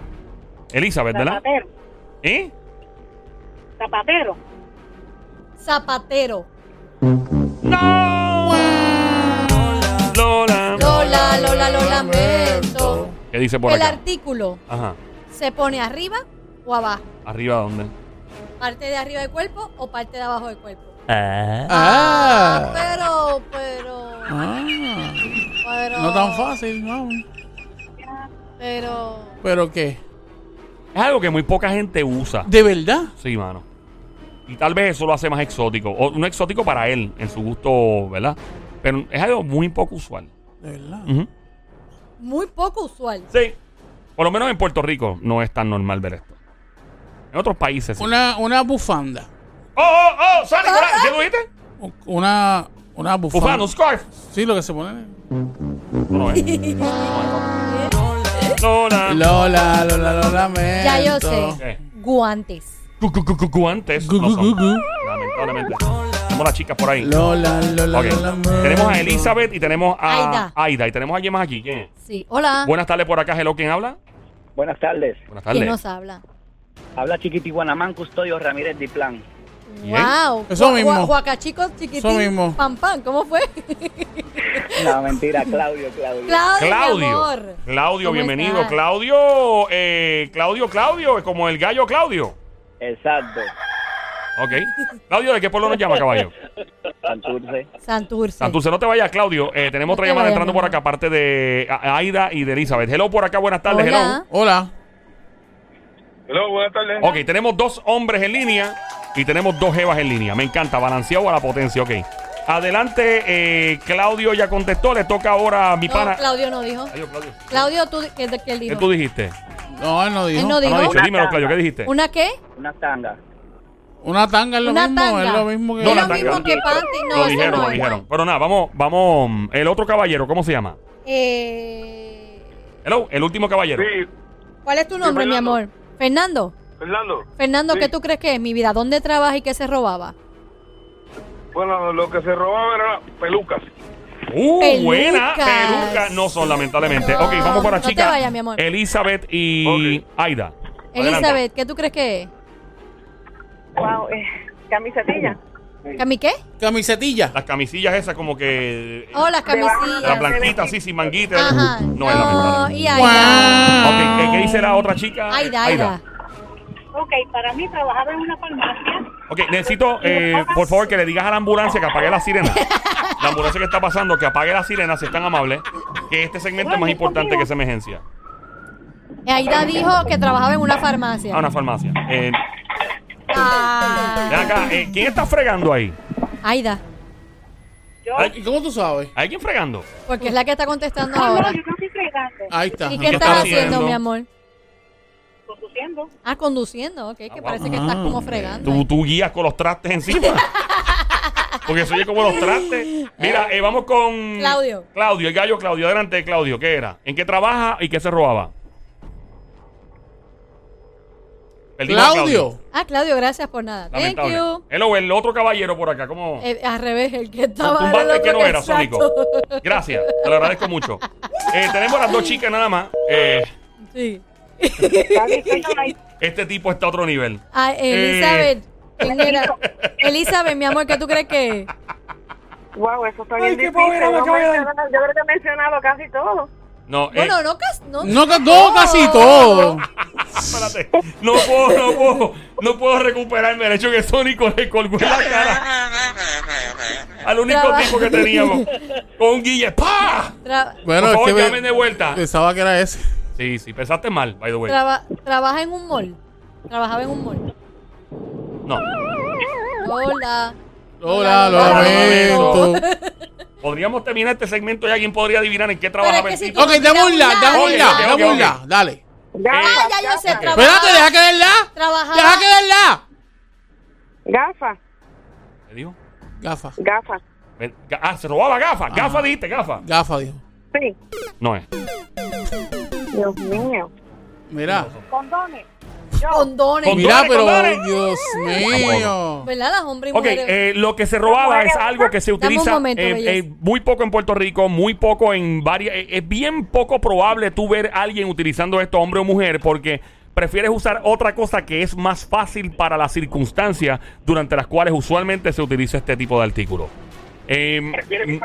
[SPEAKER 1] Elizabeth, ¿verdad?
[SPEAKER 4] Zapatero.
[SPEAKER 1] ¿Eh?
[SPEAKER 4] Zapatero.
[SPEAKER 3] Zapatero.
[SPEAKER 1] ¡No! Lola.
[SPEAKER 3] Lola, Lola, lo lamento.
[SPEAKER 1] ¿Qué dice por
[SPEAKER 3] El
[SPEAKER 1] acá?
[SPEAKER 3] artículo
[SPEAKER 1] Ajá.
[SPEAKER 3] se pone arriba o abajo.
[SPEAKER 1] ¿Arriba dónde?
[SPEAKER 3] Parte de arriba del cuerpo o parte de abajo del cuerpo.
[SPEAKER 1] Ah.
[SPEAKER 3] Ah,
[SPEAKER 2] Ah.
[SPEAKER 3] pero, pero,
[SPEAKER 2] Ah.
[SPEAKER 3] pero.
[SPEAKER 2] No tan fácil, no.
[SPEAKER 3] Pero.
[SPEAKER 2] ¿Pero qué?
[SPEAKER 1] Es algo que muy poca gente usa.
[SPEAKER 2] ¿De verdad?
[SPEAKER 1] Sí, mano. Y tal vez eso lo hace más exótico. O no exótico para él, en su gusto, ¿verdad? Pero es algo muy poco usual.
[SPEAKER 2] De verdad.
[SPEAKER 1] Ujú.
[SPEAKER 3] Muy poco usual.
[SPEAKER 1] Sí. Por lo menos en Puerto Rico no es tan normal ver esto. En otros países. sí.
[SPEAKER 2] Una, una bufanda.
[SPEAKER 1] ¡Oh, oh, oh! ¡Sale, Nicolás! ¿Qué lo viste?
[SPEAKER 2] Una, una bufanda.
[SPEAKER 1] Bufanda, un scarf.
[SPEAKER 2] Sí, lo que se pone.
[SPEAKER 1] No es.
[SPEAKER 2] Lola,
[SPEAKER 1] Lola.
[SPEAKER 2] Lola, Lola, lamento.
[SPEAKER 3] Ya yo sé.
[SPEAKER 1] ¿Qué?
[SPEAKER 3] Guantes.
[SPEAKER 1] Gu- gu- gu- gu- Guantes.
[SPEAKER 2] Gu-
[SPEAKER 1] no
[SPEAKER 2] gu-
[SPEAKER 1] son.
[SPEAKER 2] gu- gu.
[SPEAKER 1] Lamentablemente. Tenemos las chicas por ahí.
[SPEAKER 2] Lola, Lola,
[SPEAKER 1] Ok.
[SPEAKER 2] Lola, lamento.
[SPEAKER 1] Tenemos a Elizabeth y tenemos a
[SPEAKER 3] Aida.
[SPEAKER 1] Aida. Y tenemos a alguien más aquí. ¿Quién es?
[SPEAKER 3] Sí. Hola.
[SPEAKER 1] Buenas tardes por acá. Hello, ¿quién habla?
[SPEAKER 5] Buenas tardes.
[SPEAKER 1] Buenas
[SPEAKER 3] ¿Quién
[SPEAKER 1] tardes.
[SPEAKER 3] nos habla?
[SPEAKER 5] Habla Chiquitiguanamán Custodio Ramírez Diplán.
[SPEAKER 1] Bien.
[SPEAKER 3] Wow.
[SPEAKER 2] Eso
[SPEAKER 3] Gua-
[SPEAKER 2] mismo.
[SPEAKER 3] gua- Guacachico chiquitín.
[SPEAKER 2] Eso mismo.
[SPEAKER 3] Pam pam. ¿Cómo fue?
[SPEAKER 5] No, mentira, Claudio, Claudio.
[SPEAKER 3] Claudio. mi
[SPEAKER 1] Claudio.
[SPEAKER 3] amor.
[SPEAKER 1] Claudio,
[SPEAKER 3] ¿Cómo
[SPEAKER 1] bienvenido.
[SPEAKER 3] estás?
[SPEAKER 1] Claudio, eh, Claudio, Claudio, es como el gallo Claudio.
[SPEAKER 5] Exacto.
[SPEAKER 1] Ok. Claudio, ¿de qué pueblo nos llama, caballo?
[SPEAKER 5] Santurce.
[SPEAKER 3] Santurce.
[SPEAKER 1] Santurce, no te vayas, Claudio. Eh, tenemos
[SPEAKER 3] No
[SPEAKER 1] otra
[SPEAKER 3] te
[SPEAKER 1] llamada
[SPEAKER 3] vayas,
[SPEAKER 1] entrando
[SPEAKER 3] mi
[SPEAKER 1] por
[SPEAKER 3] amor.
[SPEAKER 1] acá, aparte de a- Aida y de Elizabeth. Hello por acá, buenas tardes.
[SPEAKER 3] Hola.
[SPEAKER 2] Hola.
[SPEAKER 6] Hola, buenas tardes.
[SPEAKER 1] Hello. Ok, tenemos dos hombres en línea y tenemos dos jevas en línea. Me encanta, balanceado a la potencia, ok. Adelante, eh, Claudio ya contestó. Le toca ahora a mi
[SPEAKER 3] No,
[SPEAKER 1] pana.
[SPEAKER 3] Claudio no dijo.
[SPEAKER 1] Adiós, Claudio.
[SPEAKER 3] Claudio, tú, ¿qué, qué él
[SPEAKER 1] ¿Qué
[SPEAKER 3] dijo?
[SPEAKER 1] tú dijiste?
[SPEAKER 2] No, él no dijo.
[SPEAKER 3] Él no
[SPEAKER 1] Ah,
[SPEAKER 3] dijo.
[SPEAKER 1] no, ha dicho.
[SPEAKER 5] Una
[SPEAKER 1] Dímelo,
[SPEAKER 5] tanda.
[SPEAKER 1] Claudio, ¿qué dijiste?
[SPEAKER 3] ¿Una qué?
[SPEAKER 5] Una tanga.
[SPEAKER 2] Una tanga es lo
[SPEAKER 3] Una
[SPEAKER 2] mismo.
[SPEAKER 3] tanga.
[SPEAKER 2] Es lo mismo que.
[SPEAKER 1] No,
[SPEAKER 3] Es
[SPEAKER 1] la
[SPEAKER 3] lo
[SPEAKER 1] tanga.
[SPEAKER 3] mismo que panty.
[SPEAKER 1] lo
[SPEAKER 3] No, eso
[SPEAKER 1] dijeron,
[SPEAKER 3] no
[SPEAKER 1] lo
[SPEAKER 3] es.
[SPEAKER 1] dijeron. Pero nada, vamos, vamos. mm, El otro caballero, ¿cómo se llama?
[SPEAKER 3] Eh,
[SPEAKER 1] Hello, el último caballero.
[SPEAKER 6] Sí,
[SPEAKER 3] ¿Cuál es tu nombre, mi
[SPEAKER 6] Fernando.
[SPEAKER 3] amor? Fernando.
[SPEAKER 6] Fernando.
[SPEAKER 3] Fernando,
[SPEAKER 6] Sí.
[SPEAKER 3] ¿qué tú crees que es mi vida? ¿Dónde trabaja y qué se robaba?
[SPEAKER 6] Bueno, lo que se robaba eran pelucas.
[SPEAKER 1] Uh,
[SPEAKER 3] Pelucas.
[SPEAKER 1] buena peluca. No son, lamentablemente.
[SPEAKER 3] No,
[SPEAKER 1] ok, vamos para
[SPEAKER 3] no te
[SPEAKER 1] chica.
[SPEAKER 3] vayas, mi amor.
[SPEAKER 1] Elizabeth y
[SPEAKER 6] Ok.
[SPEAKER 1] Aida. Adelante.
[SPEAKER 3] Elizabeth, ¿qué tú crees que es?
[SPEAKER 4] Wow, eh, camisetilla.
[SPEAKER 3] ¿Que a mí qué?
[SPEAKER 2] Camisetilla.
[SPEAKER 1] Las camisillas esas como que...
[SPEAKER 3] Oh, las
[SPEAKER 1] la
[SPEAKER 3] camisillas.
[SPEAKER 1] blanquita así, sin manguita.
[SPEAKER 3] Ajá.
[SPEAKER 1] No, es la
[SPEAKER 3] y Aida.
[SPEAKER 1] misma. Ok, ¿qué-
[SPEAKER 2] Guau.
[SPEAKER 1] ¿qué dice la otra chica?
[SPEAKER 3] Aida, Aida.
[SPEAKER 4] Ok, para mí trabajaba en una farmacia.
[SPEAKER 1] Ok, necesito, eh, por favor, que le digas a la ambulancia que apague la sirena. La ambulancia que está pasando, que apague la sirena, si es tan amable. Que este segmento es más importante que esa emergencia.
[SPEAKER 3] Eh, Aida dijo que trabajaba en una farmacia.
[SPEAKER 1] A Ah, una farmacia. Eh,
[SPEAKER 3] Ah.
[SPEAKER 1] ven acá, eh, ¿quién está fregando ahí?
[SPEAKER 3] Aida,
[SPEAKER 2] Ay, ¿y ¿Cómo tú sabes?
[SPEAKER 1] ¿Hay alguien fregando?
[SPEAKER 3] porque es la que está contestando ahora.
[SPEAKER 4] no estoy fregando,
[SPEAKER 2] Ahí está.
[SPEAKER 3] ¿Y
[SPEAKER 1] ¿Qué
[SPEAKER 3] qué
[SPEAKER 1] está
[SPEAKER 3] estás haciendo,
[SPEAKER 1] haciendo?
[SPEAKER 3] mi amor?
[SPEAKER 4] conduciendo.
[SPEAKER 3] Ah, conduciendo, ok, que
[SPEAKER 1] Ah, wow. Ah,
[SPEAKER 3] parece que estás como fregando.
[SPEAKER 1] Tú, tú guías con los trastes encima. Porque se oye como los trastes. Mira, eh, vamos con.
[SPEAKER 3] Claudio.
[SPEAKER 1] Claudio, el gallo Claudio. Adelante, Claudio. ¿Qué era? ¿En qué trabaja y qué se robaba? Perdimos a
[SPEAKER 2] Claudio.
[SPEAKER 3] Ah, Claudio, gracias por nada. Thank
[SPEAKER 1] Lamentable.
[SPEAKER 3] you.
[SPEAKER 1] Hello, el otro caballero por acá. ¿Cómo?
[SPEAKER 3] Eh, al revés, el que estaba.
[SPEAKER 1] Tumbaste
[SPEAKER 3] era el
[SPEAKER 1] que
[SPEAKER 3] otro
[SPEAKER 1] no
[SPEAKER 3] que-
[SPEAKER 1] era, Sónico.
[SPEAKER 3] Exacto.
[SPEAKER 1] Gracias. Te lo agradezco mucho. Eh, tenemos a las dos chicas nada más. Eh,
[SPEAKER 3] Sí.
[SPEAKER 1] este tipo está a otro nivel.
[SPEAKER 3] Ah,
[SPEAKER 1] Eh.
[SPEAKER 3] Elizabeth, ¿quién era? Elizabeth, mi amor, ¿qué tú crees que
[SPEAKER 1] Eh.
[SPEAKER 3] es?
[SPEAKER 4] Wow, eso está
[SPEAKER 2] Ay,
[SPEAKER 4] bien
[SPEAKER 2] qué
[SPEAKER 4] difícil.
[SPEAKER 2] pobre,
[SPEAKER 4] No
[SPEAKER 2] qué pobre.
[SPEAKER 4] mencionas- Yo creo que he mencionado casi todo.
[SPEAKER 1] No, eh,
[SPEAKER 3] Bueno, no casi. No,
[SPEAKER 2] No, ca- no, casi todo.
[SPEAKER 1] Espérate, no puedo, no puedo, no puedo recuperarme el hecho que Sónico le colgó en la cara al único
[SPEAKER 3] Traba-
[SPEAKER 1] tipo que teníamos con Guille. ¡Pah!
[SPEAKER 3] Tra-
[SPEAKER 1] Por
[SPEAKER 2] Bueno,
[SPEAKER 1] favor,
[SPEAKER 2] es que
[SPEAKER 1] llamen de
[SPEAKER 2] me-
[SPEAKER 1] vuelta.
[SPEAKER 2] pensaba que era ese.
[SPEAKER 1] Sí, sí, pensaste mal, by the way.
[SPEAKER 3] traba- trabaja en un mall. Trabajaba en un mall.
[SPEAKER 1] No,
[SPEAKER 3] Hola.
[SPEAKER 2] Lola, lo
[SPEAKER 1] Lola,
[SPEAKER 2] lamento.
[SPEAKER 1] podríamos terminar este segmento y alguien podría adivinar en qué
[SPEAKER 3] Pero
[SPEAKER 1] trabajaba
[SPEAKER 3] es
[SPEAKER 1] el
[SPEAKER 3] que si
[SPEAKER 1] tipo.
[SPEAKER 3] tú-
[SPEAKER 2] Ok, dame un la, dame un la,
[SPEAKER 1] Ok, ok,
[SPEAKER 2] dame
[SPEAKER 1] ok,
[SPEAKER 2] un
[SPEAKER 1] ok.
[SPEAKER 2] la. Dale.
[SPEAKER 4] Gafas,
[SPEAKER 3] Ah, ya yo sé
[SPEAKER 4] gafas,
[SPEAKER 3] trabajar.
[SPEAKER 2] Espérate, deja que den la.
[SPEAKER 3] Trabajaba.
[SPEAKER 2] Deja que den la.
[SPEAKER 4] gafas,
[SPEAKER 1] ¿Qué dijo?
[SPEAKER 2] Gafa,
[SPEAKER 4] gafas.
[SPEAKER 1] Ven, ga- Ah, se robaba gafas. Gafas dijiste, gafas.
[SPEAKER 2] gafa, dijo.
[SPEAKER 4] Sí,
[SPEAKER 1] No es.
[SPEAKER 4] Dios mío.
[SPEAKER 2] Mira,
[SPEAKER 4] Condones.
[SPEAKER 3] Condones.
[SPEAKER 1] Con-
[SPEAKER 2] mira,
[SPEAKER 1] Condones,
[SPEAKER 2] pero
[SPEAKER 1] condones.
[SPEAKER 2] Dios mío.
[SPEAKER 3] ¿Verdad? Las hombres y
[SPEAKER 1] Ok,
[SPEAKER 3] mujeres.
[SPEAKER 1] eh, lo que se robaba es algo que se
[SPEAKER 3] Dame un
[SPEAKER 1] utiliza
[SPEAKER 3] momento,
[SPEAKER 1] eh,
[SPEAKER 3] belleza.
[SPEAKER 1] eh, muy poco en Puerto Rico, muy poco en varias... eh, es bien poco probable tú ver a alguien utilizando esto, hombre o mujer, porque prefieres usar otra cosa que es más fácil para las circunstancias durante las cuales usualmente se utiliza este tipo de artículo. Eh, mm,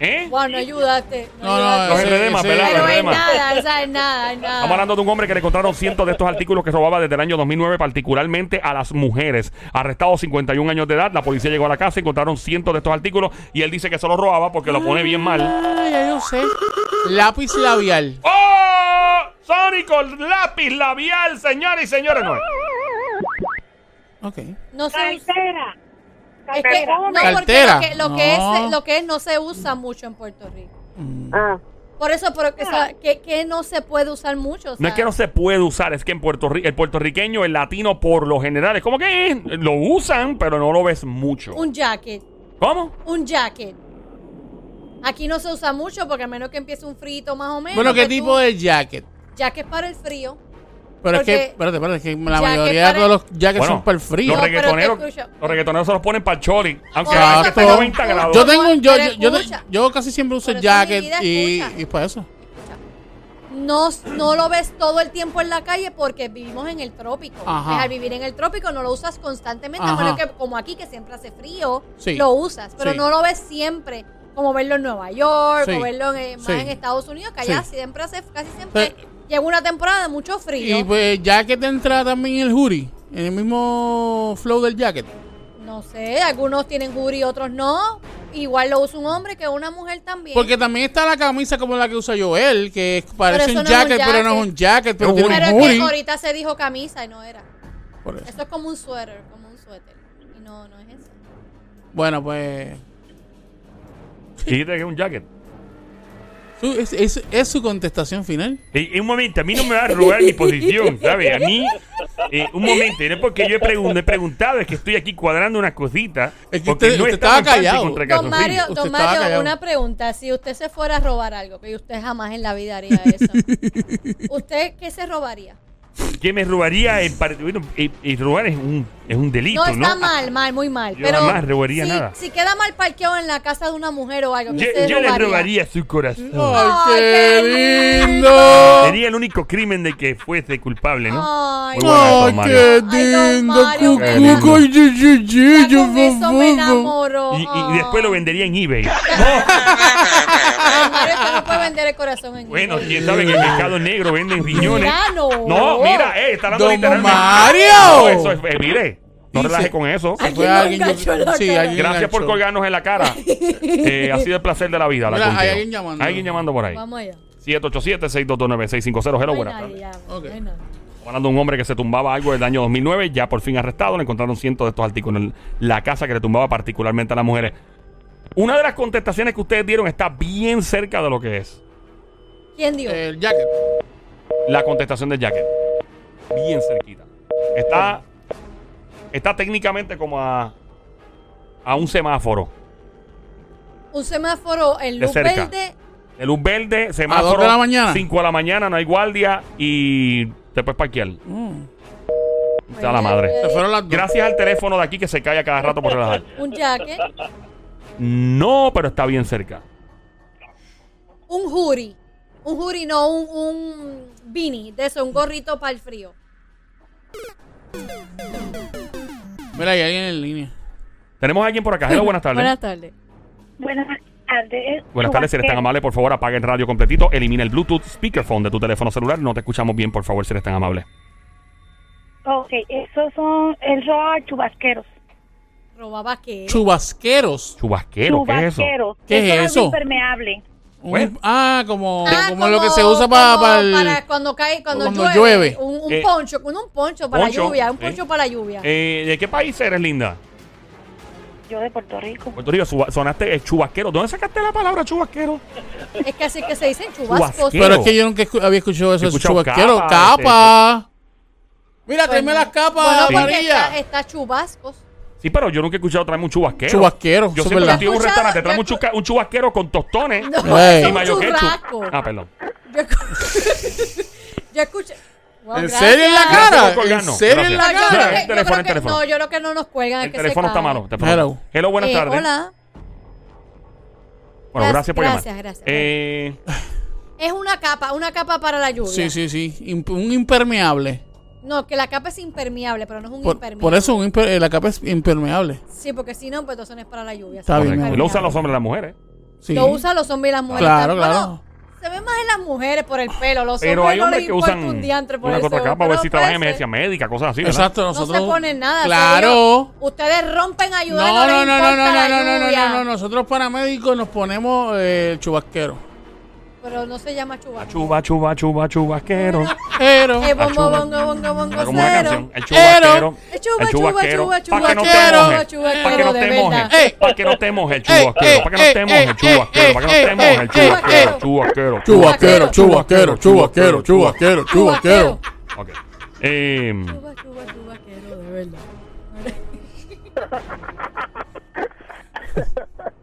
[SPEAKER 1] ¿Eh?
[SPEAKER 3] Wow, no ayudaste.
[SPEAKER 2] No, no,
[SPEAKER 3] ayudaste.
[SPEAKER 1] Los
[SPEAKER 2] ese-
[SPEAKER 1] enredemas,
[SPEAKER 2] ese-
[SPEAKER 1] ¿verdad?
[SPEAKER 3] Pero
[SPEAKER 1] Los
[SPEAKER 3] es
[SPEAKER 1] enredemas.
[SPEAKER 3] nada, esa es nada, es nada.
[SPEAKER 1] Estamos hablando de un hombre que le encontraron cientos de estos artículos que robaba desde el año 2009, particularmente a las mujeres. Arrestado a 51 años de edad, la policía llegó a la casa, encontraron cientos de estos artículos y él dice que se los robaba porque lo pone bien mal.
[SPEAKER 2] Ay, ya yo sé. Lápiz labial.
[SPEAKER 1] ¡Oh! Sónico, lápiz labial, señores y señores. No, es.
[SPEAKER 2] Ok.
[SPEAKER 3] No se usa.
[SPEAKER 4] Cartera.
[SPEAKER 3] Es que, no, porque
[SPEAKER 2] Cartera.
[SPEAKER 3] lo que, lo que
[SPEAKER 2] No.
[SPEAKER 3] es, lo que es no se usa mucho en Puerto Rico.
[SPEAKER 4] Ah,
[SPEAKER 3] Por eso, pero que, o sea, que, que no se puede usar mucho. o
[SPEAKER 1] No es
[SPEAKER 3] sea,
[SPEAKER 1] que no se puede usar, es que en Puerto Ri- el puertorriqueño, el latino, por lo general, es como que eh, lo usan, pero no lo ves mucho.
[SPEAKER 3] Un jacket,
[SPEAKER 1] ¿Cómo?
[SPEAKER 3] un jacket. Aquí no se usa mucho porque a menos que empiece un frito más o menos.
[SPEAKER 2] Bueno, ¿qué
[SPEAKER 3] que tú-
[SPEAKER 2] tipo de jacket?
[SPEAKER 3] Jacket para el frío.
[SPEAKER 2] Pero es que,
[SPEAKER 3] Porque-
[SPEAKER 2] espérate, espérate, es que la
[SPEAKER 3] Jacket
[SPEAKER 2] mayoría de
[SPEAKER 3] para-
[SPEAKER 2] todos los jackets
[SPEAKER 1] Bueno,
[SPEAKER 2] son para el frío.
[SPEAKER 1] Los
[SPEAKER 3] No, pero
[SPEAKER 1] reggaetoneros,
[SPEAKER 3] te escucho.
[SPEAKER 1] los reggaetoneros se los ponen para el choli, aunque
[SPEAKER 2] Exacto.
[SPEAKER 1] hace 90 grados.
[SPEAKER 2] Yo tengo un yo,
[SPEAKER 3] Pero
[SPEAKER 2] yo, yo, te-
[SPEAKER 3] escucha.
[SPEAKER 2] yo casi siempre uso
[SPEAKER 3] Pero
[SPEAKER 2] el
[SPEAKER 3] eso es mi
[SPEAKER 2] jacket
[SPEAKER 3] vida,
[SPEAKER 2] y,
[SPEAKER 3] escucha.
[SPEAKER 2] y para eso.
[SPEAKER 3] No, no lo ves todo el tiempo en la calle porque vivimos en el trópico.
[SPEAKER 2] Ajá.
[SPEAKER 3] Entonces, al vivir en el trópico no lo usas constantemente, a
[SPEAKER 2] Ajá.
[SPEAKER 3] menos que como aquí que siempre hace frío,
[SPEAKER 2] Sí.
[SPEAKER 3] lo usas, pero
[SPEAKER 2] Sí.
[SPEAKER 3] no lo ves siempre como verlo en Nueva York
[SPEAKER 2] Sí.
[SPEAKER 3] o verlo en, más
[SPEAKER 2] Sí.
[SPEAKER 3] en Estados Unidos, que allá
[SPEAKER 2] Sí.
[SPEAKER 3] siempre hace, casi siempre
[SPEAKER 2] Sí.
[SPEAKER 3] llega una temporada de mucho frío.
[SPEAKER 2] Y pues jacket entra también el hoodie, en el mismo flow del jacket.
[SPEAKER 3] no sé, algunos tienen jury, otros no. Igual lo usa un hombre que una mujer también.
[SPEAKER 2] Porque también está la camisa como la que usa Joel, que es- parece
[SPEAKER 3] eso
[SPEAKER 2] un
[SPEAKER 3] no es un
[SPEAKER 2] jacket, pero no es
[SPEAKER 3] jacket.
[SPEAKER 2] un jacket, pero
[SPEAKER 1] Es
[SPEAKER 2] tiene
[SPEAKER 3] pero
[SPEAKER 2] un
[SPEAKER 3] es que
[SPEAKER 2] hoodie.
[SPEAKER 3] ahorita se dijo camisa y no era.
[SPEAKER 2] Por eso.
[SPEAKER 3] Eso es como un suéter, como un suéter. Y no, no es eso.
[SPEAKER 2] Bueno, pues
[SPEAKER 1] Y te un jacket.
[SPEAKER 2] su- es, es- es su contestación final.
[SPEAKER 1] Y, y Eh, un momento, a mí no me va a robar mi posición, ¿sabes? A mí, eh, un momento, y no es porque yo he, pregun- he preguntado, es que estoy aquí cuadrando unas cositas.
[SPEAKER 2] Es que
[SPEAKER 1] porque
[SPEAKER 2] usted- usted estaba
[SPEAKER 1] estaba este en parte
[SPEAKER 2] callado.
[SPEAKER 1] contra
[SPEAKER 3] Don
[SPEAKER 1] calzoncillo.
[SPEAKER 3] Mario,
[SPEAKER 2] Usted
[SPEAKER 3] don
[SPEAKER 2] estaba
[SPEAKER 3] Mario
[SPEAKER 2] callado.
[SPEAKER 3] una pregunta. Si usted se fuera a robar algo, que usted jamás en la vida haría eso, ¿usted qué se robaría?
[SPEAKER 1] que me robaría el par- bueno, y, y robar es un, es un delito,
[SPEAKER 3] No,
[SPEAKER 1] pues ¿no? ah,
[SPEAKER 3] está mal, mal, muy mal.
[SPEAKER 1] Yo
[SPEAKER 3] pero
[SPEAKER 1] jamás robaría
[SPEAKER 3] si,
[SPEAKER 1] nada.
[SPEAKER 3] si queda mal parqueado en la casa de una mujer o algo, ¿qué
[SPEAKER 1] Ah, Yo,
[SPEAKER 3] se
[SPEAKER 1] yo le robaría su corazón.
[SPEAKER 2] ¡Ay,
[SPEAKER 3] qué
[SPEAKER 2] qué lindo!
[SPEAKER 1] Sería el único crimen de que fuese culpable, ¿no?
[SPEAKER 3] Ay,
[SPEAKER 1] Muy buena
[SPEAKER 2] ¡Ay,
[SPEAKER 1] razón,
[SPEAKER 2] qué
[SPEAKER 1] Mario.
[SPEAKER 3] Ay, don
[SPEAKER 2] lindo!
[SPEAKER 3] Mario,
[SPEAKER 2] cucu,
[SPEAKER 1] qué lindo.
[SPEAKER 2] ay, ye, ye, ye,
[SPEAKER 3] ya
[SPEAKER 2] yo,
[SPEAKER 3] con eso
[SPEAKER 2] bu,
[SPEAKER 3] me
[SPEAKER 2] bu, bu.
[SPEAKER 3] enamoro.
[SPEAKER 1] Y, y- y después lo vendería en eBay.
[SPEAKER 3] Ay, Mario, usted no puede vender el corazón en
[SPEAKER 1] Bueno,
[SPEAKER 3] eBay.
[SPEAKER 1] quién sabe que en el mercado negro venden riñones.
[SPEAKER 3] Mira, no.
[SPEAKER 1] No, mira, eh, está hablando
[SPEAKER 2] Don
[SPEAKER 1] literalmente.
[SPEAKER 2] Mario.
[SPEAKER 1] No, eso es, eh, mire, no
[SPEAKER 2] Dice-
[SPEAKER 1] relaje con eso.
[SPEAKER 3] Ay,
[SPEAKER 2] Fue
[SPEAKER 3] Yo
[SPEAKER 2] alguien, yo-
[SPEAKER 3] engancho la
[SPEAKER 2] sí,
[SPEAKER 3] cara.
[SPEAKER 2] alguien
[SPEAKER 1] Gracias por
[SPEAKER 2] enganchó.
[SPEAKER 1] colgarnos en la cara. Eh, ha sido el placer de la vida. La
[SPEAKER 2] Mira, hay
[SPEAKER 1] contigo.
[SPEAKER 2] alguien llamando.
[SPEAKER 1] Hay alguien llamando por ahí.
[SPEAKER 3] Vamos allá.
[SPEAKER 1] 787-622-9650. Hello,
[SPEAKER 3] No hay
[SPEAKER 1] buenas tardes.
[SPEAKER 3] nadie, ya, no
[SPEAKER 2] Ok.
[SPEAKER 3] hay nadie.
[SPEAKER 1] Estamos Hablando de un hombre que se tumbaba algo del año 2009, ya por fin arrestado, le encontraron cientos de estos artículos en la casa que le tumbaba particularmente a las mujeres. Una de las contestaciones que ustedes dieron está bien cerca de lo que es
[SPEAKER 3] ¿Quién dio?
[SPEAKER 2] El jacket.
[SPEAKER 1] la contestación de Jacket. Bien cerquita. Está, está técnicamente como a, a un semáforo.
[SPEAKER 3] un semáforo en
[SPEAKER 1] De
[SPEAKER 3] luz
[SPEAKER 1] cerca.
[SPEAKER 3] verde.
[SPEAKER 1] De luz verde, semáforo.
[SPEAKER 2] dos de la mañana?
[SPEAKER 1] 5 de la mañana, no hay guardia y te puedes parquear.
[SPEAKER 2] Mm.
[SPEAKER 1] Está la madre.
[SPEAKER 2] Se fueron las dos.
[SPEAKER 1] Gracias al teléfono de aquí que se cae a cada rato por relajar.
[SPEAKER 3] Un jacket.
[SPEAKER 1] No, pero está bien cerca.
[SPEAKER 3] Un jury. Un jury, no, un, un beanie. De eso, un gorrito para el frío.
[SPEAKER 2] Mira, hay alguien en línea.
[SPEAKER 1] Tenemos a alguien por acá. Hello, buenas tardes. buenas,
[SPEAKER 3] Buenas tardes.
[SPEAKER 4] Buenas tardes.
[SPEAKER 1] tardes, si eres tan amable, por favor, apaga el radio completito, elimina el Bluetooth speakerphone de tu teléfono celular. No te escuchamos bien, por favor, si eres tan amable.
[SPEAKER 4] Ok, esos son el roba chubasqueros.
[SPEAKER 3] Robaba qué.
[SPEAKER 2] Chubasqueros.
[SPEAKER 1] Chubasquero, ¿qué es eso?
[SPEAKER 2] ¿Qué es eso?
[SPEAKER 4] impermeable.
[SPEAKER 2] Un-
[SPEAKER 1] Bueno.
[SPEAKER 2] ah, como,
[SPEAKER 3] Ah,
[SPEAKER 2] como, lo que se usa pa-
[SPEAKER 3] como
[SPEAKER 2] para el...
[SPEAKER 3] para cuando cae, cuando,
[SPEAKER 2] cuando
[SPEAKER 3] llueve.
[SPEAKER 2] llueve.
[SPEAKER 3] Un, un
[SPEAKER 1] Eh,
[SPEAKER 3] poncho, con un poncho para
[SPEAKER 1] poncho,
[SPEAKER 3] la lluvia, un
[SPEAKER 1] eh.
[SPEAKER 3] poncho para la lluvia.
[SPEAKER 1] Eh, ¿De qué país eres, linda?
[SPEAKER 4] Yo de Puerto Rico.
[SPEAKER 1] Puerto Rico, suba- sonaste eh, chubasquero. ¿Dónde sacaste la palabra chubasquero?
[SPEAKER 3] Es que así que se dicen chubascos.
[SPEAKER 1] Chubasquero.
[SPEAKER 2] Pero es que yo nunca escu- había escuchado este, eso. de
[SPEAKER 1] He escuchado
[SPEAKER 2] chubasquero.
[SPEAKER 1] capa,
[SPEAKER 2] Capa. Mira,
[SPEAKER 3] Bueno,
[SPEAKER 2] tráeme las
[SPEAKER 3] bueno,
[SPEAKER 2] capas,
[SPEAKER 3] porque
[SPEAKER 2] María.
[SPEAKER 3] Está, está chubascos.
[SPEAKER 1] Sí, pero yo nunca he escuchado traerme un chubasquero.
[SPEAKER 2] Chubasquero,
[SPEAKER 1] Yo
[SPEAKER 2] eso es
[SPEAKER 1] siempre
[SPEAKER 2] verdad.
[SPEAKER 1] estoy en un
[SPEAKER 3] Yo he
[SPEAKER 1] restaurante,
[SPEAKER 3] escuchado-
[SPEAKER 1] traeme un,
[SPEAKER 3] yo he
[SPEAKER 1] chuca- un chubasquero con tostones
[SPEAKER 3] No,
[SPEAKER 2] Ey.
[SPEAKER 3] eso
[SPEAKER 1] y
[SPEAKER 3] es
[SPEAKER 1] mayo
[SPEAKER 3] un
[SPEAKER 1] ketchup.
[SPEAKER 3] churrasco.
[SPEAKER 1] Ah, perdón.
[SPEAKER 3] Yo, escu- yo escuché. Wow,
[SPEAKER 2] ¿En
[SPEAKER 3] gracias.
[SPEAKER 2] serio en la
[SPEAKER 1] Gracias
[SPEAKER 2] cara?
[SPEAKER 1] por
[SPEAKER 2] ¿En
[SPEAKER 1] colgarnos.
[SPEAKER 2] serio en
[SPEAKER 3] No,
[SPEAKER 2] la
[SPEAKER 3] yo creo que-
[SPEAKER 2] cara?
[SPEAKER 1] Gracias. teléfono,
[SPEAKER 3] yo creo
[SPEAKER 1] el
[SPEAKER 3] que-
[SPEAKER 1] teléfono.
[SPEAKER 3] no, yo creo que no nos cuelgan. es
[SPEAKER 1] El
[SPEAKER 3] que se
[SPEAKER 1] teléfono está
[SPEAKER 3] cae.
[SPEAKER 1] malo. te prometo.
[SPEAKER 2] Hello.
[SPEAKER 1] Hello, buenas
[SPEAKER 3] Eh,
[SPEAKER 1] tardes.
[SPEAKER 3] Hola.
[SPEAKER 1] Bueno, gracias, por
[SPEAKER 3] Gracias,
[SPEAKER 1] llamar.
[SPEAKER 3] gracias.
[SPEAKER 1] Eh,
[SPEAKER 3] Es una capa, una capa para la lluvia.
[SPEAKER 2] Sí, sí, sí. Imp- un impermeable.
[SPEAKER 3] No, que la capa es impermeable, pero no es un
[SPEAKER 2] Por,
[SPEAKER 3] impermeable.
[SPEAKER 2] por eso un imper- eh, la capa es impermeable.
[SPEAKER 3] Sí, porque si no, pues entonces no es para la lluvia.
[SPEAKER 2] Está bien, mi
[SPEAKER 1] correcto.
[SPEAKER 2] amor.
[SPEAKER 1] Lo usan los hombres y las mujeres.
[SPEAKER 2] Sí.
[SPEAKER 3] Lo usan los hombres y las mujeres.
[SPEAKER 2] Claro,
[SPEAKER 3] Bueno,
[SPEAKER 2] claro.
[SPEAKER 3] se ve más en las mujeres por el pelo, los
[SPEAKER 1] Pero
[SPEAKER 3] hombres
[SPEAKER 1] hay
[SPEAKER 3] no les
[SPEAKER 1] hombres que
[SPEAKER 3] importa
[SPEAKER 1] usan
[SPEAKER 3] un diantre por
[SPEAKER 1] una
[SPEAKER 3] eso.
[SPEAKER 1] cosa acá para ver
[SPEAKER 3] pero
[SPEAKER 1] si trabaja en
[SPEAKER 3] parece-
[SPEAKER 1] emergencia médica, cosas así. ¿verdad?
[SPEAKER 2] Exacto, nosotros.
[SPEAKER 3] no se ponen nada.
[SPEAKER 2] Claro.
[SPEAKER 3] señor. Ustedes rompen
[SPEAKER 2] No,
[SPEAKER 3] ayuda.
[SPEAKER 2] no, no, no, no, no,
[SPEAKER 3] la
[SPEAKER 2] no, no, no,
[SPEAKER 3] lluvia.
[SPEAKER 2] no, no. Nosotros los paramédicos nos ponemos eh, el chubasquero.
[SPEAKER 3] Pero no se llama chubaco.
[SPEAKER 1] Chuba, chuba, chuba, chubasquero.
[SPEAKER 2] Pero.
[SPEAKER 3] Eh, bongo,
[SPEAKER 1] chuba.
[SPEAKER 3] bongo, bongo, bongo,
[SPEAKER 1] Era como una
[SPEAKER 3] cero.
[SPEAKER 1] canción. El chubasquero.
[SPEAKER 3] Eh, chuba,
[SPEAKER 1] El
[SPEAKER 3] chuba,
[SPEAKER 1] chubasquero.
[SPEAKER 3] chuba,
[SPEAKER 1] Para que no te
[SPEAKER 2] chubaquero.
[SPEAKER 1] mojes.
[SPEAKER 3] Chubaquero,
[SPEAKER 1] Para que no
[SPEAKER 3] de
[SPEAKER 1] te
[SPEAKER 3] verdad. Eh,
[SPEAKER 1] mojes.
[SPEAKER 2] Ey.
[SPEAKER 1] Para que no te mojes el
[SPEAKER 2] Ey,
[SPEAKER 1] chubasquero. Para que no te
[SPEAKER 2] ey,
[SPEAKER 1] mojes el
[SPEAKER 2] ey,
[SPEAKER 1] chubasquero. Para
[SPEAKER 3] eh,
[SPEAKER 1] que
[SPEAKER 2] ey,
[SPEAKER 1] no te mojes el
[SPEAKER 2] ey,
[SPEAKER 1] chubasquero. Chubasquero.
[SPEAKER 2] Chubasquero, chubasquero, chubasquero, chubasquero, chubasquero.
[SPEAKER 1] Ok. Em,
[SPEAKER 3] Chuba, chuba, chubaquero, de verdad.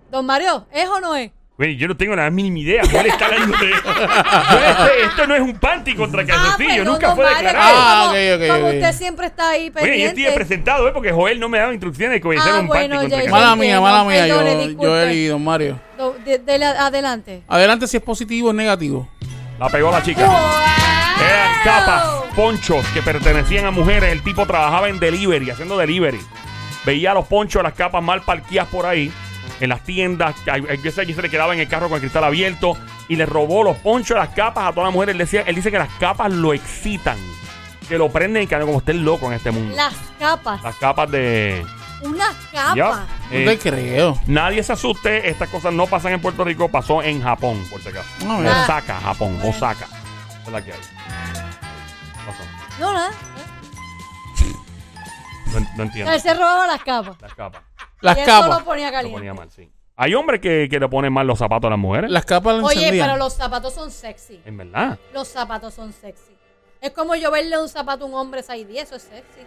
[SPEAKER 3] Don Mario, ¿es o no es?
[SPEAKER 1] güey, yo no tengo la mínima idea cuál está la idea. Este- Esto no es un panty
[SPEAKER 3] Ah,
[SPEAKER 1] contra calzoncillo,
[SPEAKER 3] perdón,
[SPEAKER 1] nunca
[SPEAKER 3] don
[SPEAKER 1] fue
[SPEAKER 3] Mario,
[SPEAKER 1] declarado.
[SPEAKER 2] Ah,
[SPEAKER 3] como-
[SPEAKER 2] ok, ok,
[SPEAKER 3] Como
[SPEAKER 2] ok.
[SPEAKER 3] usted siempre está ahí
[SPEAKER 1] Oye, yo
[SPEAKER 3] pendiente.
[SPEAKER 1] estoy presentado, ¿eh? Porque Joel no me daba instrucciones de que
[SPEAKER 3] Ah,
[SPEAKER 1] hiciera un party
[SPEAKER 3] bueno,
[SPEAKER 1] contra
[SPEAKER 3] ya,
[SPEAKER 1] el
[SPEAKER 3] ya.
[SPEAKER 1] calor.
[SPEAKER 2] Mala mía, mala mía, yo,
[SPEAKER 3] Perdone, disculpe.
[SPEAKER 2] Joel y Don Mario.
[SPEAKER 3] Do- de- dele a- adelante.
[SPEAKER 2] Adelante si es positivo o negativo.
[SPEAKER 1] La pegó la chica.
[SPEAKER 3] Oh,
[SPEAKER 1] Eran capas, ponchos que pertenecían a mujeres. El tipo trabajaba en delivery, haciendo delivery. Veía los ponchos, las capas mal parqueadas por ahí, en las tiendas. A a veces allí se le quedaba en el carro con el cristal abierto y le robó los ponchos, las capas a todas las mujeres. Él, decía, él dice que las capas lo excitan, que lo prenden y que como usted es loco en este mundo.
[SPEAKER 3] Las capas.
[SPEAKER 1] Las capas de.
[SPEAKER 3] Unas capas.
[SPEAKER 1] Ya.
[SPEAKER 2] No
[SPEAKER 1] Eh,
[SPEAKER 2] te creo.
[SPEAKER 1] Nadie se asuste, estas cosas no pasan en Puerto Rico, pasó en Japón, por si acaso.
[SPEAKER 2] Ah, mira.
[SPEAKER 1] Osaka, Japón, Osaka. Esa Es la que hay. Pasó.
[SPEAKER 3] No, nada.
[SPEAKER 1] No, en- no
[SPEAKER 3] Él
[SPEAKER 1] entiendo.
[SPEAKER 3] se robaba las capas.
[SPEAKER 1] Las capas.
[SPEAKER 2] Las
[SPEAKER 3] Y él
[SPEAKER 2] capas.
[SPEAKER 3] solo ponía
[SPEAKER 1] Lo
[SPEAKER 3] caliente.
[SPEAKER 1] ponía mal, sí. Hay hombres que, que le ponen mal los zapatos a las mujeres.
[SPEAKER 2] Las capas las
[SPEAKER 3] Oye,
[SPEAKER 2] encendían.
[SPEAKER 3] pero los zapatos son sexy.
[SPEAKER 1] En verdad.
[SPEAKER 3] Los zapatos son sexy. Es como yo verle un zapato a un hombre 6'10, eso es sexy.